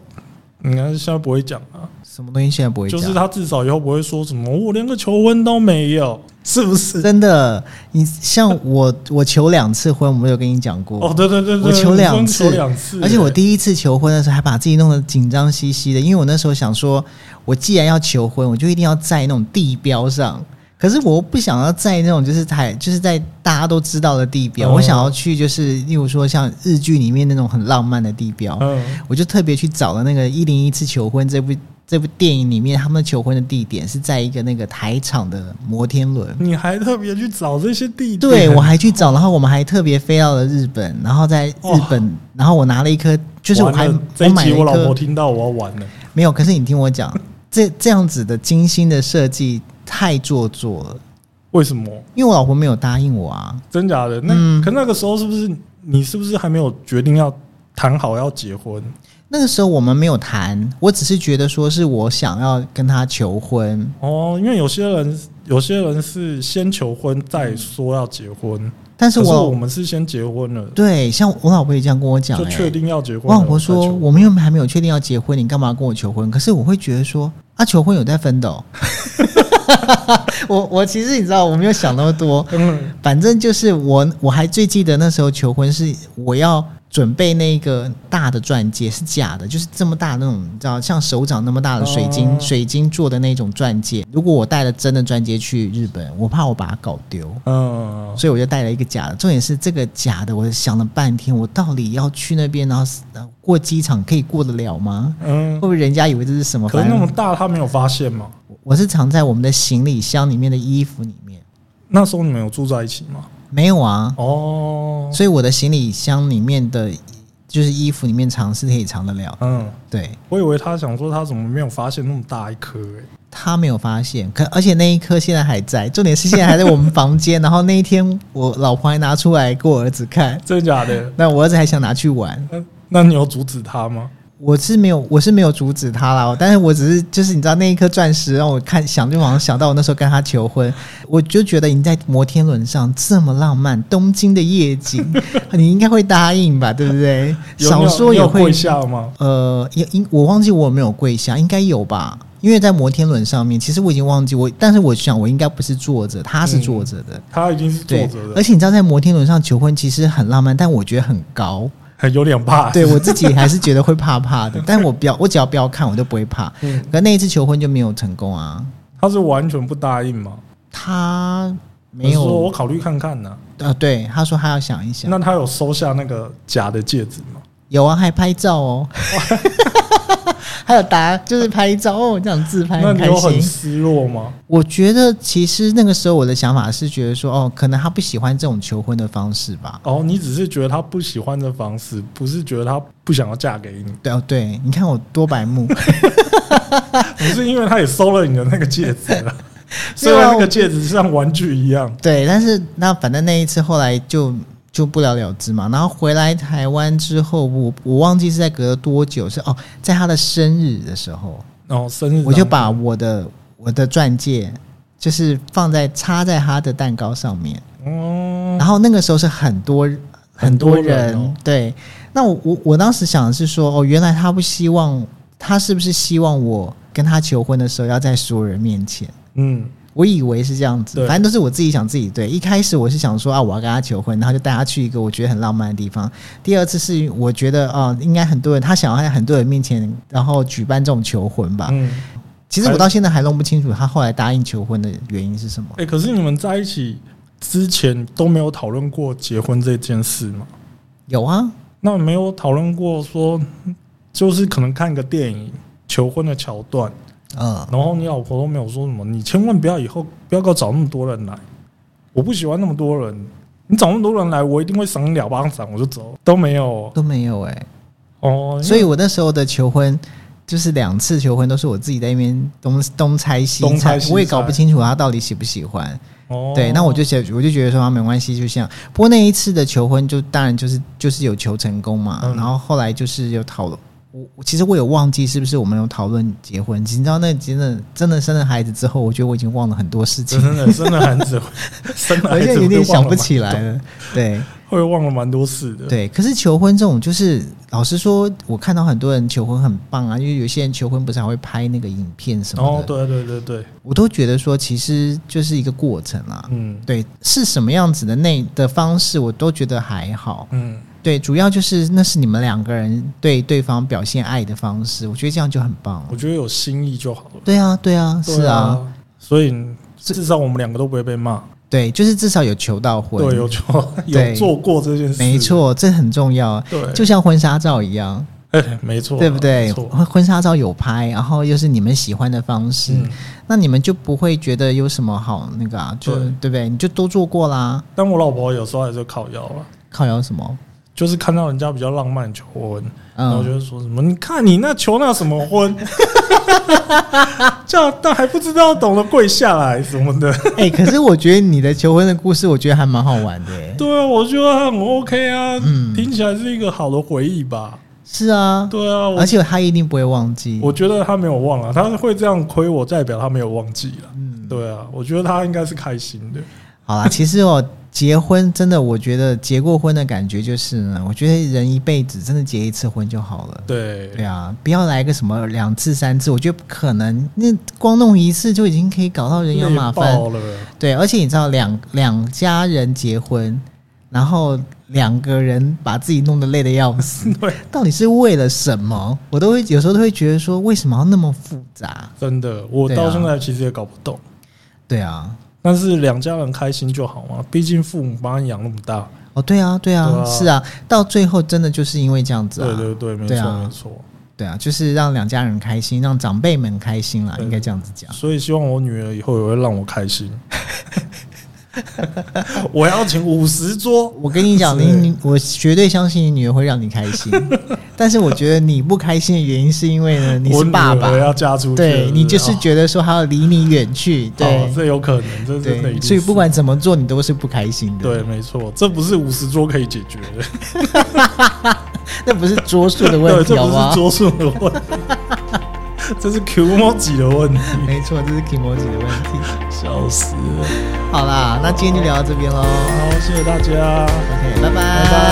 Speaker 2: 你看现在不会讲啊，
Speaker 1: 什么东西现在不会
Speaker 2: 就
Speaker 1: 讲？
Speaker 2: 是他至少以后不会说什么我连个求婚都没有，是不 是？
Speaker 1: 真的，你像我，我求两次婚，我没有跟你讲过。
Speaker 2: 哦，对对对对，
Speaker 1: 我求
Speaker 2: 你
Speaker 1: 两
Speaker 2: 说你
Speaker 1: 次
Speaker 2: 求两次，
Speaker 1: 而且我第一次求婚的时候，还把自己弄得紧张兮兮的，因为我那时候想说，我既然要求婚，我就一定要在那种地标上。可是我又不想要在那种就是台，就是在大家都知道的地标，
Speaker 2: 哦
Speaker 1: 我想要去就是，例如说像日剧里面那种很浪漫的地标，
Speaker 2: 嗯
Speaker 1: 我就特别去找了那个《一零一次求婚》这部这部电影里面他们求婚的地点是在一个那个台场的摩天轮。
Speaker 2: 你还特别去找这些地点，
Speaker 1: 对我还去找，然后我们还特别飞到了日本，然后在日本，然后我拿了一颗，就是我
Speaker 2: 完
Speaker 1: 还
Speaker 2: 了这
Speaker 1: 我
Speaker 2: 一
Speaker 1: 买了
Speaker 2: 集
Speaker 1: 一
Speaker 2: 我老婆
Speaker 1: 颗，
Speaker 2: 听到我要完了，
Speaker 1: 没有。可是你听我讲，这这样子的精心的设计太做作了，
Speaker 2: 为什么？
Speaker 1: 因为我老婆没有答应我啊。
Speaker 2: 真假的？那、
Speaker 1: 嗯
Speaker 2: 可那个时候是不是你是不是还没有决定要谈好要结婚？
Speaker 1: 那个时候我们没有谈，我只是觉得说是我想要跟她求婚，
Speaker 2: 哦，因为有些人有些人是先求婚再说要结婚，
Speaker 1: 但是
Speaker 2: 可是
Speaker 1: 我
Speaker 2: 我们是先结婚了，
Speaker 1: 对像我老婆也这样跟我讲、
Speaker 2: 就
Speaker 1: 欸
Speaker 2: 确定要结婚
Speaker 1: 我
Speaker 2: 了。
Speaker 1: 老婆说
Speaker 2: 再求婚
Speaker 1: 我们又还没有确定要结婚，你干嘛跟我求婚？可是我会觉得说啊，求婚有在分的、哦。 我我其实你知道我没有想那么多，
Speaker 2: 嗯，
Speaker 1: 反正就是我我还最记得那时候求婚是我要准备那个大的钻戒，是假的，就是这么大的那种，你知道像手掌那么大的水晶、
Speaker 2: 哦
Speaker 1: 水晶做的那种钻戒。如果我带了真的钻戒去日本，我怕我把它搞丢。
Speaker 2: 嗯，
Speaker 1: 所以我就带了一个假的。重点是这个假的，我想了半天，我到底要去那边，然后呃过机场可以过得了吗？会
Speaker 2: 嗯，
Speaker 1: 不会人家以为这是什么？
Speaker 2: 可
Speaker 1: 反
Speaker 2: 是那
Speaker 1: 正
Speaker 2: 么大，他没有发现嘛？
Speaker 1: 我是藏在我们的行李箱里面的衣服里面，
Speaker 2: 那时候你们有住在一起吗？
Speaker 1: 没有啊。
Speaker 2: 哦，
Speaker 1: 所以我的行李箱里面的，就是衣服里面藏是可以藏得了。
Speaker 2: 嗯，
Speaker 1: 对
Speaker 2: 我以为他想说他怎么没有发现那么大一颗、欸，
Speaker 1: 他没有发现，可而且那一颗现在还在，重点是现在还在我们房间。然后那一天我老婆还拿出来给我儿子看，
Speaker 2: 真的假的？
Speaker 1: 那我儿子还想拿去玩。
Speaker 2: 那那你有阻止他吗？
Speaker 1: 我是没有，我是没有阻止他啦，但是我只是就是你知道那一颗钻石让我看想就好像想到我那时候跟他求婚，我就觉得你在摩天轮上这么浪漫，东京的夜景，你应该会答应吧，对不对？
Speaker 2: 有你有
Speaker 1: 少说
Speaker 2: 你
Speaker 1: 也
Speaker 2: 有
Speaker 1: 会
Speaker 2: 跪，下吗？
Speaker 1: 呃，也应我忘记我有没有跪下，应该有吧，因为在摩天轮上面，其实我已经忘记我，但是我想我应该不是坐着，他是坐着的。
Speaker 2: 他已经是嗯坐
Speaker 1: 对
Speaker 2: 着，
Speaker 1: 而
Speaker 2: 的，
Speaker 1: 且你知道，在摩天轮上求婚其实很浪漫，但我觉得很高。
Speaker 2: 还有点怕。
Speaker 1: 对我自己还是觉得会怕怕的，但我不要，我只要不要看，我就不会怕。
Speaker 2: 嗯，
Speaker 1: 可那一次求婚就没有成功啊，
Speaker 2: 他是完全不答应嘛？
Speaker 1: 他没
Speaker 2: 我说
Speaker 1: 有
Speaker 2: 我考虑看看呢、
Speaker 1: 呃，对，他说他要想一想，
Speaker 2: 那他有收下那个假的戒指吗？
Speaker 1: 有啊，还拍照哦， 还有答就是拍照哦，这样自拍
Speaker 2: 那
Speaker 1: 很
Speaker 2: 你
Speaker 1: 开
Speaker 2: 有很
Speaker 1: 心。
Speaker 2: 失落吗？
Speaker 1: 我觉得其实那个时候我的想法是觉得说，哦，可能他不喜欢这种求婚的方式吧。
Speaker 2: 哦，你只是觉得他不喜欢这方式，不是觉得他不想要嫁给 你，
Speaker 1: 对哦，对，你看我多白目，
Speaker 2: 不是因为他也收了你的那个戒指 了，虽
Speaker 1: 没有啊
Speaker 2: 然那个戒指像玩具一样。
Speaker 1: 对，但是那反正那一次后来就就不了了之嘛。然后回来台湾之后，我我忘记是在隔了多久，是哦，在他的生日的时候，
Speaker 2: 然后哦生日
Speaker 1: 我就
Speaker 2: 当
Speaker 1: 把我的我的钻戒就是放在插在他的蛋糕上面。
Speaker 2: 哦，
Speaker 1: 然后那个时候是很多很
Speaker 2: 很多
Speaker 1: 多人，
Speaker 2: 人哦
Speaker 1: 对。那我我我当时想的是说，哦，原来他不希望，他是不是希望我跟他求婚的时候要在所有人面前？
Speaker 2: 嗯，
Speaker 1: 我以为是这样子，
Speaker 2: 对
Speaker 1: 反正都是我自己想自己对。一开始我是想说啊，我要跟他求婚，然后就带他去一个我觉得很浪漫的地方。第二次是我觉得啊、应该很多人他想要在很多人面前，然后举办这种求婚吧。
Speaker 2: 嗯，
Speaker 1: 其实我到现在还弄不清楚他后来答应求婚的原因是什么
Speaker 2: 哎、。可是你们在一起之前都没有讨论过结婚这件事吗？
Speaker 1: 有啊，
Speaker 2: 那没有讨论过说，就是可能看个电影求婚的桥段，
Speaker 1: 嗯，
Speaker 2: 然后你老婆都没有说什么，你千万不要以后不要给我找那么多人来，我不喜欢那么多人，你找那么多人来，我一定会赏你两巴掌，我就走，都没有
Speaker 1: 都没有哎、
Speaker 2: 哦，
Speaker 1: 所
Speaker 2: 以
Speaker 1: 以我那时候的求婚。就是两次求婚都是我自己在那边东东猜西
Speaker 2: 东猜西
Speaker 1: 我也搞
Speaker 2: 猜
Speaker 1: 不清楚他到底喜不喜欢。
Speaker 2: 哦，
Speaker 1: 对，那我 就觉我就觉得说啊，没关系，就这样。不过那一次的求婚就当然就是就是有求成功嘛，
Speaker 2: 嗯
Speaker 1: 然后后来就是有讨论。我我其实我有忘记是不是我们有讨论结婚，你知道那真的真的生了孩子之后，我觉得我已经忘了很多事情
Speaker 2: 真，的生了孩子，生
Speaker 1: 我
Speaker 2: 了孩
Speaker 1: 现在
Speaker 2: 子
Speaker 1: 有点
Speaker 2: 会忘
Speaker 1: 想
Speaker 2: 了
Speaker 1: 不
Speaker 2: 蛮
Speaker 1: 起来，了。对
Speaker 2: 会忘了蛮多事的。
Speaker 1: 对，可是求婚这种就是老实说，我看到很多人求婚很棒啊，因为有些人求婚不是还会拍那个影片什么
Speaker 2: 哦，
Speaker 1: 的，
Speaker 2: 对对对对，
Speaker 1: 我都觉得说其实就是一个过程啊。
Speaker 2: 嗯
Speaker 1: 对，是什么样子的那的方式，我都觉得还好。
Speaker 2: 嗯，
Speaker 1: 对，主要就是那是你们两个人对对方表现爱的方式，我觉得这样就很棒了
Speaker 2: 我觉得有心意就好了。
Speaker 1: 对啊，对啊，是
Speaker 2: 对
Speaker 1: 啊，，
Speaker 2: 所以至少我们两个都不会被骂。
Speaker 1: 对，就是至少有求到婚，
Speaker 2: 啊对，有做
Speaker 1: 对
Speaker 2: 有做过这件事，
Speaker 1: 没，错，这很重要，
Speaker 2: 对，
Speaker 1: 就像婚纱照一样，
Speaker 2: 哎，没错，
Speaker 1: 对不对
Speaker 2: 没？错啊
Speaker 1: 婚婚纱照有拍，然后又是你们喜欢的方式，
Speaker 2: 嗯，
Speaker 1: 那你们就不会觉得有什么好那个啊？就
Speaker 2: 对
Speaker 1: 对不对？你就都做过啦，
Speaker 2: 但我老婆有时候还是靠腰了，
Speaker 1: 靠有什么？
Speaker 2: 就是看到人家比较浪漫求婚，然后就
Speaker 1: 嗯，
Speaker 2: 会说什么：“你看你那求那什么婚， 叫但还不知道懂得跪下来什么 的。
Speaker 1: 哎、可是我觉得你的求婚的故事，我觉得还蛮好玩的、欸”。
Speaker 2: 对啊，我觉得很 OK 啊，
Speaker 1: 嗯
Speaker 2: 听起来是一个好的回忆吧。
Speaker 1: 是啊，
Speaker 2: 对啊，我
Speaker 1: 而且他一定不会忘记。
Speaker 2: 我觉得他没有忘啊，他会这样亏我，代表他没有忘记了。
Speaker 1: 嗯，
Speaker 2: 对啊，我觉得他应该是开心的。
Speaker 1: 好啦， 其实哦，结婚真的，我觉得结过婚的感觉就是呢，我觉得人一辈子真的结一次婚就好了。
Speaker 2: 对，
Speaker 1: 对啊，不要来个什么两次三次，我觉得不可能。那光弄一次就已经可以搞到人仰马
Speaker 2: 累
Speaker 1: 翻。
Speaker 2: 爆了。，
Speaker 1: 对，而且你知道两两家人结婚，然后两个人把自己弄得累得要 死
Speaker 2: 对，
Speaker 1: 到底是为了什么？我都会有时候都会觉得说，为什么要那么复杂？
Speaker 2: 真的，我
Speaker 1: 对啊
Speaker 2: 到现在其实也搞不懂。
Speaker 1: 对啊，
Speaker 2: 但是两家人开心就好嘛，毕竟父母把你养那么大。
Speaker 1: 哦，对啊，对啊，
Speaker 2: 对啊
Speaker 1: 是啊，到最后真的就是因为这样子啊，
Speaker 2: 对对对，没
Speaker 1: 对
Speaker 2: 错
Speaker 1: 啊
Speaker 2: 没错。
Speaker 1: 对啊，就是让两家人开心，让长辈们开心啦，
Speaker 2: 对
Speaker 1: 应该这样子讲。
Speaker 2: 所以希望我女儿以后也会让我 开心。我要请五十桌，
Speaker 1: 我跟你讲，
Speaker 2: 是
Speaker 1: 你你我绝对相信你女儿会让你开 心，但是我觉得你不开心的原因是因为呢，你
Speaker 2: 我
Speaker 1: 是
Speaker 2: 女
Speaker 1: 爸爸
Speaker 2: 儿，要嫁出去了，
Speaker 1: 对你就是
Speaker 2: 哦
Speaker 1: 觉得说他要离你远去，
Speaker 2: 哦
Speaker 1: 对
Speaker 2: 这有可能，这真
Speaker 1: 对，
Speaker 2: 的一定是。
Speaker 1: 所以不管怎么做，你都是不开心的。
Speaker 2: 对，，没错，这不是五十桌可以解决的，
Speaker 1: 那不是桌数的
Speaker 2: 对，
Speaker 1: 问
Speaker 2: 这
Speaker 1: 题，好
Speaker 2: 不
Speaker 1: 不
Speaker 2: 是
Speaker 1: 好？
Speaker 2: 桌数的问题，这是 Q 摸几 的问题，
Speaker 1: 没错，这是 emoji 的问题。
Speaker 2: 笑死了。
Speaker 1: 好啦，那今天就聊到这边喽。
Speaker 2: 好，谢谢大家，
Speaker 1: OK，拜拜，
Speaker 2: 拜拜。